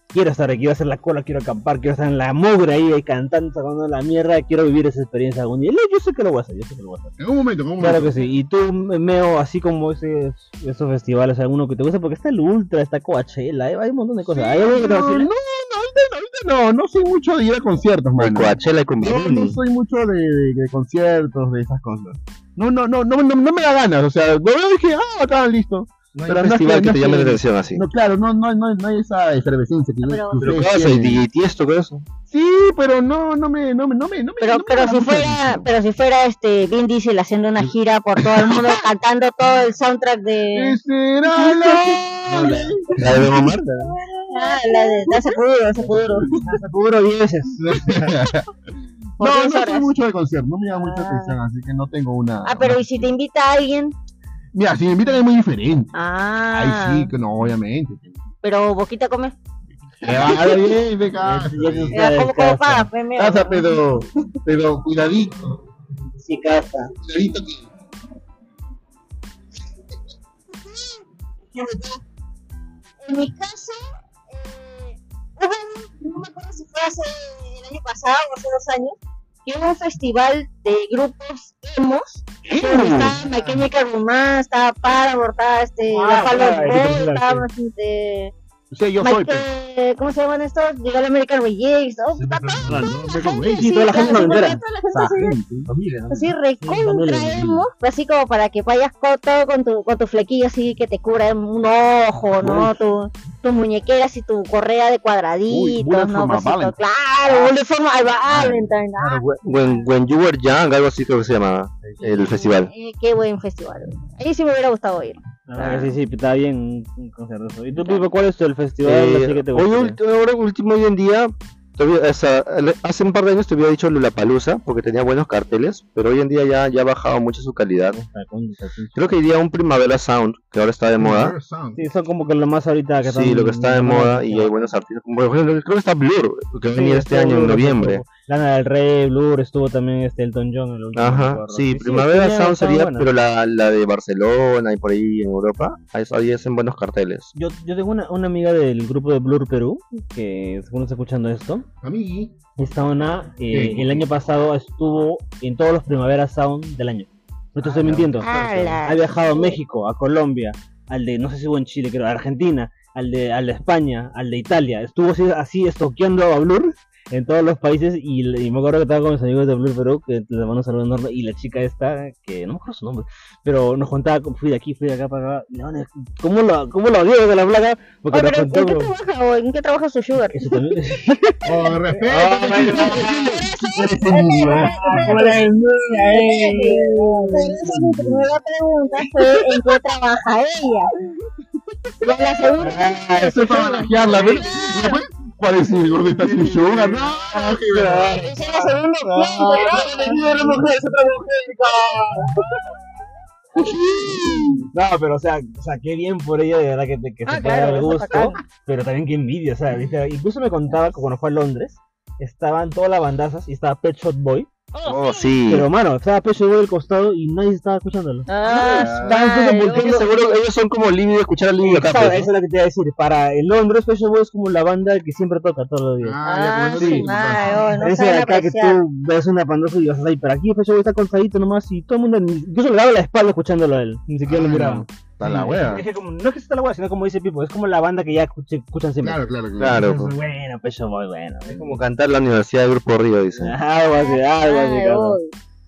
Speaker 4: quiero estar aquí, quiero hacer la cola, quiero acampar, quiero estar en la mugre ahí, ahí cantando, sacando la mierda, quiero vivir esa experiencia algún día. No, Yo sé que lo voy a hacer, yo sé que lo voy a hacer.
Speaker 1: En un momento, en un momento.
Speaker 4: Claro que sí, y tú, Meo, así como ese, esos festivales, alguno que te gusta, porque está el Ultra, está Coachella, hay hay un montón de cosas. ¿Hay alguno que te
Speaker 1: No, no,
Speaker 4: vacila?
Speaker 1: no, ahorita, ahorita no, no soy mucho de ir a conciertos,
Speaker 3: Con
Speaker 1: mano.
Speaker 3: Coachella y con
Speaker 1: No,
Speaker 3: Bambini.
Speaker 1: no soy mucho de, de- de conciertos, de esas cosas. No, no, no, no, no, no me da ganas, o sea, lo veo y dije, ah, acá, listo.
Speaker 3: No hay
Speaker 1: pero
Speaker 3: un
Speaker 1: no
Speaker 3: festival
Speaker 1: es que-
Speaker 3: que
Speaker 1: no
Speaker 3: te
Speaker 1: es
Speaker 3: llame la
Speaker 1: que-
Speaker 3: atención así.
Speaker 1: No, claro, no, no, no, no hay esa efervescencia que
Speaker 7: Pero-
Speaker 1: que
Speaker 3: Pero ¿qué
Speaker 1: ustedes
Speaker 3: vas a
Speaker 1: tienen.
Speaker 3: DJ tiesto con eso?
Speaker 1: Sí, pero no, no me, no me, no me, no me.
Speaker 7: Pero,
Speaker 1: Pues no me
Speaker 7: pero
Speaker 1: llama
Speaker 7: si
Speaker 1: mucho la
Speaker 7: fuera,
Speaker 1: atención.
Speaker 7: pero si fuera este Vin Diesel haciendo
Speaker 2: Mm.
Speaker 7: una gira por todo el
Speaker 2: *laughs*
Speaker 7: mundo cantando todo el soundtrack de
Speaker 1: ¿Qué será la
Speaker 3: La de Don Omar.
Speaker 7: Ah, la de Danza Kuduro, Danza Kuduro.
Speaker 4: Seguro 10 veces.
Speaker 3: *laughs*
Speaker 7: Por
Speaker 1: No, no
Speaker 7: diez
Speaker 1: soy
Speaker 7: horas.
Speaker 1: mucho de concierto, no me llama mucho la
Speaker 7: Ah.
Speaker 1: atención, así que no tengo una.
Speaker 7: Ah, pero ¿y si te invita a alguien?
Speaker 1: Mira, si me invitan es muy diferente.
Speaker 7: Ah,
Speaker 1: Ahí sí, que no, obviamente.
Speaker 7: pero Boquita come.
Speaker 1: Me va a dar bien,
Speaker 7: *laughs*
Speaker 1: me cagas.
Speaker 4: Ya se
Speaker 2: Eh,
Speaker 4: está
Speaker 7: Mira, ¿Cómo,
Speaker 4: descalza.
Speaker 7: cómo paga? Pues, mira,
Speaker 1: Casa, pero, pero cuidadito,
Speaker 4: Sí, casa.
Speaker 1: cuidadito que
Speaker 2: En mi caso, eh, *laughs* hubo un- no me acuerdo si fue hace el año pasado o hace dos años, que hubo un festival de grupos emos. donde Estaba My Chemical Romance, estaba Paramore, estaba este,
Speaker 4: Ah,
Speaker 2: La Palo
Speaker 4: claro, hay que pensar,
Speaker 2: estaba este,
Speaker 1: Sí, yo soy. pe.
Speaker 2: Michael- ¿Cómo se llaman estos? Llegó el American Rejects, oh, ¿no? Está
Speaker 1: pues,
Speaker 2: todo,
Speaker 8: personal, ¿no?
Speaker 2: toda la
Speaker 8: Michael
Speaker 2: gente,
Speaker 8: Rejects.
Speaker 2: sí,
Speaker 4: Sí, toda la gente
Speaker 2: claro,
Speaker 4: noventera.
Speaker 2: sí, toda la
Speaker 1: Ah,
Speaker 2: gente Pues así, así recontraemos,
Speaker 4: familia.
Speaker 2: pues así como para que vayas con, todo con tu, con tu flequillo así que te cubra un ojo, ¿no? Tu, tus muñequeras y tu correa de
Speaker 1: Uy,
Speaker 2: cuadraditos,
Speaker 1: Bullet for
Speaker 2: ¿no?
Speaker 1: my
Speaker 2: Cosito,
Speaker 1: Valentine.
Speaker 2: claro, Bullet for my Valentine, ah,
Speaker 3: When, when You Were Young, algo así creo que se llamaba el festival.
Speaker 2: eh, qué buen festival. Ahí sí me hubiera gustado ir.
Speaker 4: La verdad que sí, sí, está bien un- un concierto. ¿Y tú, Pipo, cuál es el festival
Speaker 3: Eh,
Speaker 4: así que te
Speaker 3: hoy
Speaker 4: gusta?
Speaker 3: ulti- ahora último hoy en día, todavía- o sea, el- hace un par de años te hubiera dicho Palusa porque tenía buenos carteles, pero hoy en día ya, ya ha bajado mucho su calidad.
Speaker 4: Ah, coño, está bien.
Speaker 3: Creo que iría a un Primavera Sound, que ahora está de moda.
Speaker 4: Sí, son como que lo más ahorita que
Speaker 3: Sí, lo que está de moda y hay buenos artistas. Como por ejemplo, creo que está Blur, que va a
Speaker 4: Sí,
Speaker 3: venir este
Speaker 4: estuvo
Speaker 3: año en
Speaker 4: Blur,
Speaker 3: noviembre.
Speaker 4: estuvo Lana del Rey, Blur, estuvo también este Elton John. El último que
Speaker 3: Ajá,
Speaker 4: recuerdo.
Speaker 3: sí, Primavera
Speaker 4: tenía-
Speaker 3: Sound
Speaker 4: estaba
Speaker 3: sería,
Speaker 4: buena.
Speaker 3: pero la, la de Barcelona y por ahí en Europa, ahí, ahí hacen buenos carteles.
Speaker 4: Yo, yo tengo una, una amiga del grupo de Blur Perú, que según está escuchando esto,
Speaker 9: A mí.
Speaker 4: esta ona eh,
Speaker 9: Sí.
Speaker 4: el año pasado estuvo en todos los Primavera Sound del año. No te estoy
Speaker 9: Ah,
Speaker 4: mintiendo.
Speaker 2: Ah,
Speaker 4: Ha
Speaker 2: la-
Speaker 4: viajado a México, a Colombia, al de, no sé si hubo en Chile, creo, a Argentina, al de, al de España, al de Italia. Estuvo así, así estoqueando a Blur en todos los países y, le- y me acuerdo que estaba con mis amigos de Blur Perú, que les mando un saludo enorme, y la chica esta, que no me acuerdo su nombre, pero nos contaba, como, fui de aquí, fui de acá para acá, y la onda, ¿cómo lo, cómo lo odio de la placa? Porque
Speaker 2: Oye,
Speaker 4: nos
Speaker 2: pero ¿en
Speaker 4: contó
Speaker 2: qué
Speaker 4: como-
Speaker 2: trabaja o en qué trabaja su sugar?
Speaker 4: eso también- *laughs*
Speaker 9: Oh, respeto.
Speaker 2: Regreso a mi primera pregunta fue en qué trabaja ella. Y a la segunda,
Speaker 1: Ah, Eso es para balajearla, ¿ves? ¿No fue? ¿Cuál es el gordita sin sugar? No, qué verdad.
Speaker 2: es la segunda pregunta.
Speaker 4: No, pero o sea, o sea, qué bien por ella, de verdad que, te- que
Speaker 2: Ah,
Speaker 4: se pueda
Speaker 2: claro,
Speaker 4: dar
Speaker 2: eso está
Speaker 4: gusto, pero también qué envidia, o sea, viste, incluso me contaba que cuando fue a Londres, estaban todas las bandazas y estaba Pet Shop Boy,
Speaker 3: Oh, sí.
Speaker 4: pero mano, estaba Pet Shop Boy al costado y nadie estaba escuchándolo.
Speaker 2: Ah,
Speaker 4: Estaba
Speaker 3: Es
Speaker 4: incluso
Speaker 3: que
Speaker 4: volteando-
Speaker 3: seguro ellos son como Livio de escuchar a Livio acá.
Speaker 4: Claro,
Speaker 3: pues,
Speaker 4: eso es lo que te iba a decir, para el Londres Pet Shop Boy es como la banda que siempre toca todos los días.
Speaker 2: ah, sí, madre, oh, no
Speaker 4: Ese de
Speaker 2: saben
Speaker 4: acá que
Speaker 2: apreciar.
Speaker 4: tú ves una pandosa y vas a ir para aquí, Pet Shop Boy está consadito nomás y todo el mundo, ni- yo le daba la espalda escuchándolo a él, ni siquiera lo
Speaker 9: Ah,
Speaker 4: miraba.
Speaker 1: Está la wea.
Speaker 4: Es que como, no es que está la hueá, sino como dice Pipo, es como la banda que ya escuch- escuchan siempre.
Speaker 9: Claro, claro, claro.
Speaker 3: Claro, pues.
Speaker 4: Entonces, Bueno, pues yo voy, bueno.
Speaker 3: es como cantar la Universidad de Grupo Río, dicen.
Speaker 4: Algo así, algo así,
Speaker 2: Ay,
Speaker 4: claro.
Speaker 2: uy,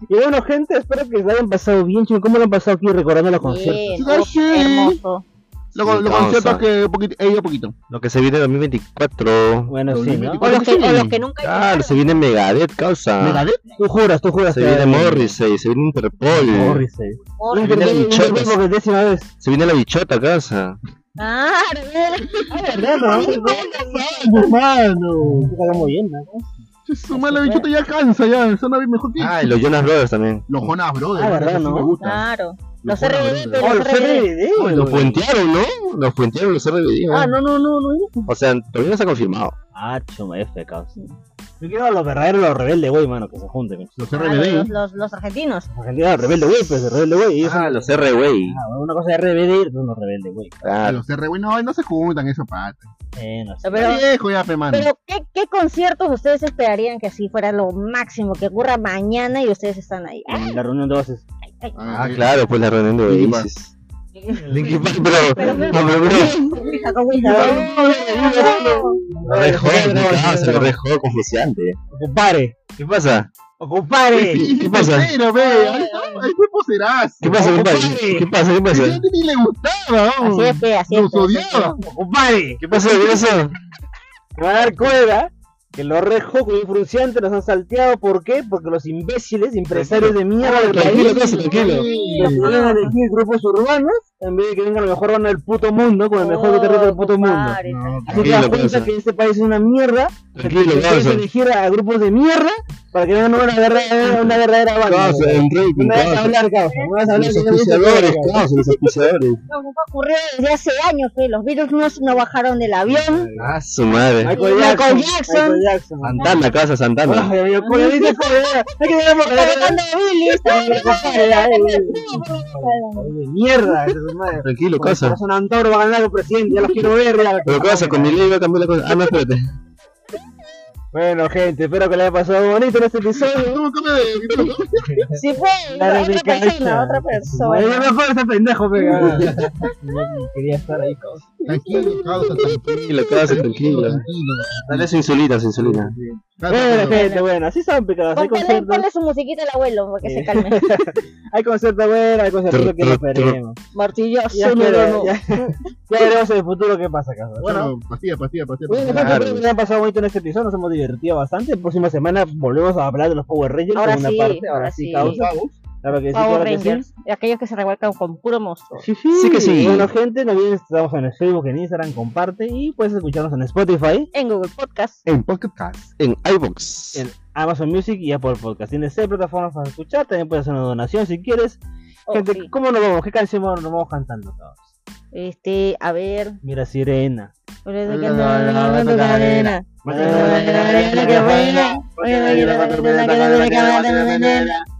Speaker 4: Y bueno, gente, espero que se hayan pasado bien, chicos. ¿Cómo lo han pasado aquí recordando los conciertos?
Speaker 2: bien,
Speaker 1: Sí,
Speaker 2: oh,
Speaker 1: sí.
Speaker 2: hermoso.
Speaker 1: Lo, lo
Speaker 3: Entonces.
Speaker 1: concierto que poquito, ella poquito.
Speaker 3: Lo que se viene en 2024.
Speaker 4: Bueno, sí, ¿no?
Speaker 2: O los que, o los que nunca
Speaker 3: Claro,
Speaker 2: llegaron.
Speaker 3: se viene Megadeth, causa.
Speaker 1: Megadeth.
Speaker 4: Tú juras, tú juras.
Speaker 3: Se
Speaker 4: que-
Speaker 3: viene Morrissey, se viene Interpol.
Speaker 4: Morrissey.
Speaker 2: Por-
Speaker 3: Se viene
Speaker 4: Interpol
Speaker 3: Bichotas.
Speaker 4: por décima
Speaker 3: *laughs*
Speaker 4: vez.
Speaker 3: Se viene la bichota, causa.
Speaker 2: Claro,
Speaker 4: Hermano. Está muy bien, ¿no?
Speaker 1: Su madre, la bichota ya cansa, ya. Son una mejor que.
Speaker 3: Ah, y los Jonas Brothers también.
Speaker 9: Los Jonas Brothers.
Speaker 4: Ah, ¿verdad,
Speaker 9: eso sí
Speaker 4: no?
Speaker 9: me gusta.
Speaker 2: claro. Los
Speaker 9: Jonas
Speaker 2: RBD,
Speaker 9: Brothers.
Speaker 4: Oh,
Speaker 2: los
Speaker 4: los
Speaker 2: RBD.
Speaker 4: RBD.
Speaker 3: Oh, los
Speaker 4: güey.
Speaker 3: puentearon, ¿no? Los puentearon los RBD.
Speaker 4: Ah,
Speaker 3: ¿no?
Speaker 4: no, no, no, no. no.
Speaker 3: O sea, todavía no se ha confirmado.
Speaker 4: Ah, chuma, F, caos. Yo quiero a los verdaderos, los rebeldes, güey, mano, que se junten.
Speaker 1: Los
Speaker 2: Ah,
Speaker 1: RBD.
Speaker 2: los- Los los argentinos.
Speaker 4: Argentina, los rebeldes, güey, pues, los rebeldes, güey. ellos son-
Speaker 3: Ah, los R, güey.
Speaker 4: Ah, Una cosa de RBD, no, los rebeldes, güey.
Speaker 3: Ah,
Speaker 1: Los RBD. No, no se juntan esa parte.
Speaker 4: Eh, no sé.
Speaker 2: Pero
Speaker 1: Está viejo ya, pe, mano.
Speaker 2: Pero, ¿qué, ¿qué conciertos ustedes esperarían que así fuera lo máximo? Que ocurra mañana y ustedes están ahí.
Speaker 4: En la reunión de bases.
Speaker 3: ah, claro, pues la reunión de
Speaker 1: Linkin
Speaker 3: Oasis. Linkin Park, pero. No, pero, bro, Re joven, causa, re joven, confuciante.
Speaker 4: Ocupare,
Speaker 3: ¿Qué pasa?
Speaker 4: ocupare.
Speaker 3: ¿Qué pasa?
Speaker 1: Pero, ve, ahí está, ahí te poserás.
Speaker 3: ¿Qué pasa, compadre? ¿Qué pasa? ¿Qué pasa?
Speaker 1: A ti ni le gustaba,
Speaker 2: Así es, pe, así es. pues.
Speaker 1: Los
Speaker 2: pe, así es,
Speaker 1: odiaba.
Speaker 4: *laughs* Ocupare.
Speaker 3: ¿Qué pasa? ¿Qué pasa?
Speaker 4: Me va a dar cuerda que los rejocos y frunciantes los han salteado. ¿Por qué? Porque los imbéciles, empresarios de mierda del
Speaker 3: Tranquilo,
Speaker 4: país,
Speaker 3: causa, tranquilo.
Speaker 4: los ponen a elegir grupos urbanos en vez de que venga la mejor banda del puto mundo con el mejor
Speaker 2: Oh,
Speaker 4: guitarrista del puto mundo.
Speaker 2: compadre.
Speaker 4: Así te das
Speaker 3: Tranquilo,
Speaker 4: cuenta
Speaker 3: causa.
Speaker 4: que este país es una mierda.
Speaker 3: Tranquilo,
Speaker 4: que
Speaker 3: causa.
Speaker 4: elegir a grupos de mierda para que vengan una verdadera, una verdadera banda.
Speaker 3: Causa,
Speaker 4: No
Speaker 3: Enrique,
Speaker 4: me vas a
Speaker 3: causa.
Speaker 4: hablar, causa. No me vas a hablar.
Speaker 3: Los
Speaker 4: que yo me gusta
Speaker 3: auspiciadores,
Speaker 4: todo, causa.
Speaker 3: causa, los auspiciadores.
Speaker 2: Lo que ocurrió desde hace años, que los virus no, no bajaron del avión.
Speaker 3: Ah, su madre.
Speaker 4: Michael
Speaker 2: Michael
Speaker 4: Jackson. Michael Jackson.
Speaker 3: Santana, causa, Santana.
Speaker 4: Ay, amigo, como dice, como dice, hay que llegar a
Speaker 2: Está
Speaker 4: Boca
Speaker 2: tratando de Billy, está tratando de Billy.
Speaker 4: de Mierda, madre.
Speaker 3: Tranquilo,
Speaker 4: Por
Speaker 3: casa.
Speaker 4: razón, Antoro va a ganar el presidente, ya los quiero ver. ya.
Speaker 3: Pero casa, con mi ley va a cambiar la cosa. Ah, no, espérate.
Speaker 4: Bueno, gente, espero que les haya pasado bonito en
Speaker 1: *laughs*
Speaker 4: este episodio.
Speaker 1: ¿Cómo cambia de video, no?
Speaker 7: Sí, fue
Speaker 4: Claro,
Speaker 7: otra
Speaker 4: me
Speaker 7: persona,
Speaker 4: cacha.
Speaker 7: otra
Speaker 4: Ay,
Speaker 7: persona.
Speaker 4: no me fuerza, pendejo, pega. No Quería estar ahí con.
Speaker 1: Tranquilo, causa, tranquilo.
Speaker 3: Tranquilo, casa, tranquilo.
Speaker 1: Tranquilo.
Speaker 3: Dale su insulina, su insulina.
Speaker 4: Bueno,
Speaker 1: Tranquilo.
Speaker 4: gente, bueno, así son picadas. Hay
Speaker 2: Ponle,
Speaker 4: conciertos,
Speaker 2: ponle su musiquita al abuelo para que
Speaker 4: Sí.
Speaker 2: se calme.
Speaker 4: *laughs* hay conciertos buenos, hay conciertos que no
Speaker 3: Tr- tr- tr-
Speaker 4: perdemos.
Speaker 7: Martillazo,
Speaker 4: Ya,
Speaker 7: no,
Speaker 4: espere-
Speaker 7: no.
Speaker 4: ya, *laughs* ya veremos en el futuro qué pasa, casa. Bueno,
Speaker 1: Bueno, pastilla, pastilla, pastilla.
Speaker 4: bueno, gente,
Speaker 3: Claro.
Speaker 4: espero que les haya pasado bonito en este episodio. Nos hemos divertido bastante. La próxima semana volvemos a hablar de los Power Rangers.
Speaker 2: Ahora
Speaker 4: segunda
Speaker 2: sí,
Speaker 4: parte. Ahora
Speaker 2: ahora
Speaker 4: sí,
Speaker 2: sí.
Speaker 4: causa. Claro que sí,
Speaker 2: Power
Speaker 4: claro que sí.
Speaker 2: Rangers, aquellos que se revuelcan con puro monstruo.
Speaker 4: Sí, sí,
Speaker 3: Sí que sí.
Speaker 4: Bueno, gente, no olviden, estamos en el Facebook, en Instagram, comparte y puedes escucharnos en Spotify,
Speaker 2: En Google Podcast.
Speaker 1: En podcast.
Speaker 3: En iBox.
Speaker 4: en Amazon Music y Apple Podcast. Tienes seis plataformas para escuchar, también puedes hacer una donación si quieres.
Speaker 2: Oh,
Speaker 4: gente,
Speaker 2: sí.
Speaker 4: ¿cómo nos vamos? ¿Qué canción nos vamos cantando todos?
Speaker 2: Este, a ver.
Speaker 4: Mira, sirena.
Speaker 2: Pero
Speaker 1: Ay,
Speaker 2: de que
Speaker 1: la,
Speaker 2: no,
Speaker 1: la,
Speaker 2: no,
Speaker 1: la,
Speaker 2: no,
Speaker 1: la, la,
Speaker 2: tu cadena.
Speaker 4: Mira,
Speaker 2: Pero de que la arena que rueda, oye, oye, la cadena que rueda, que va a tener.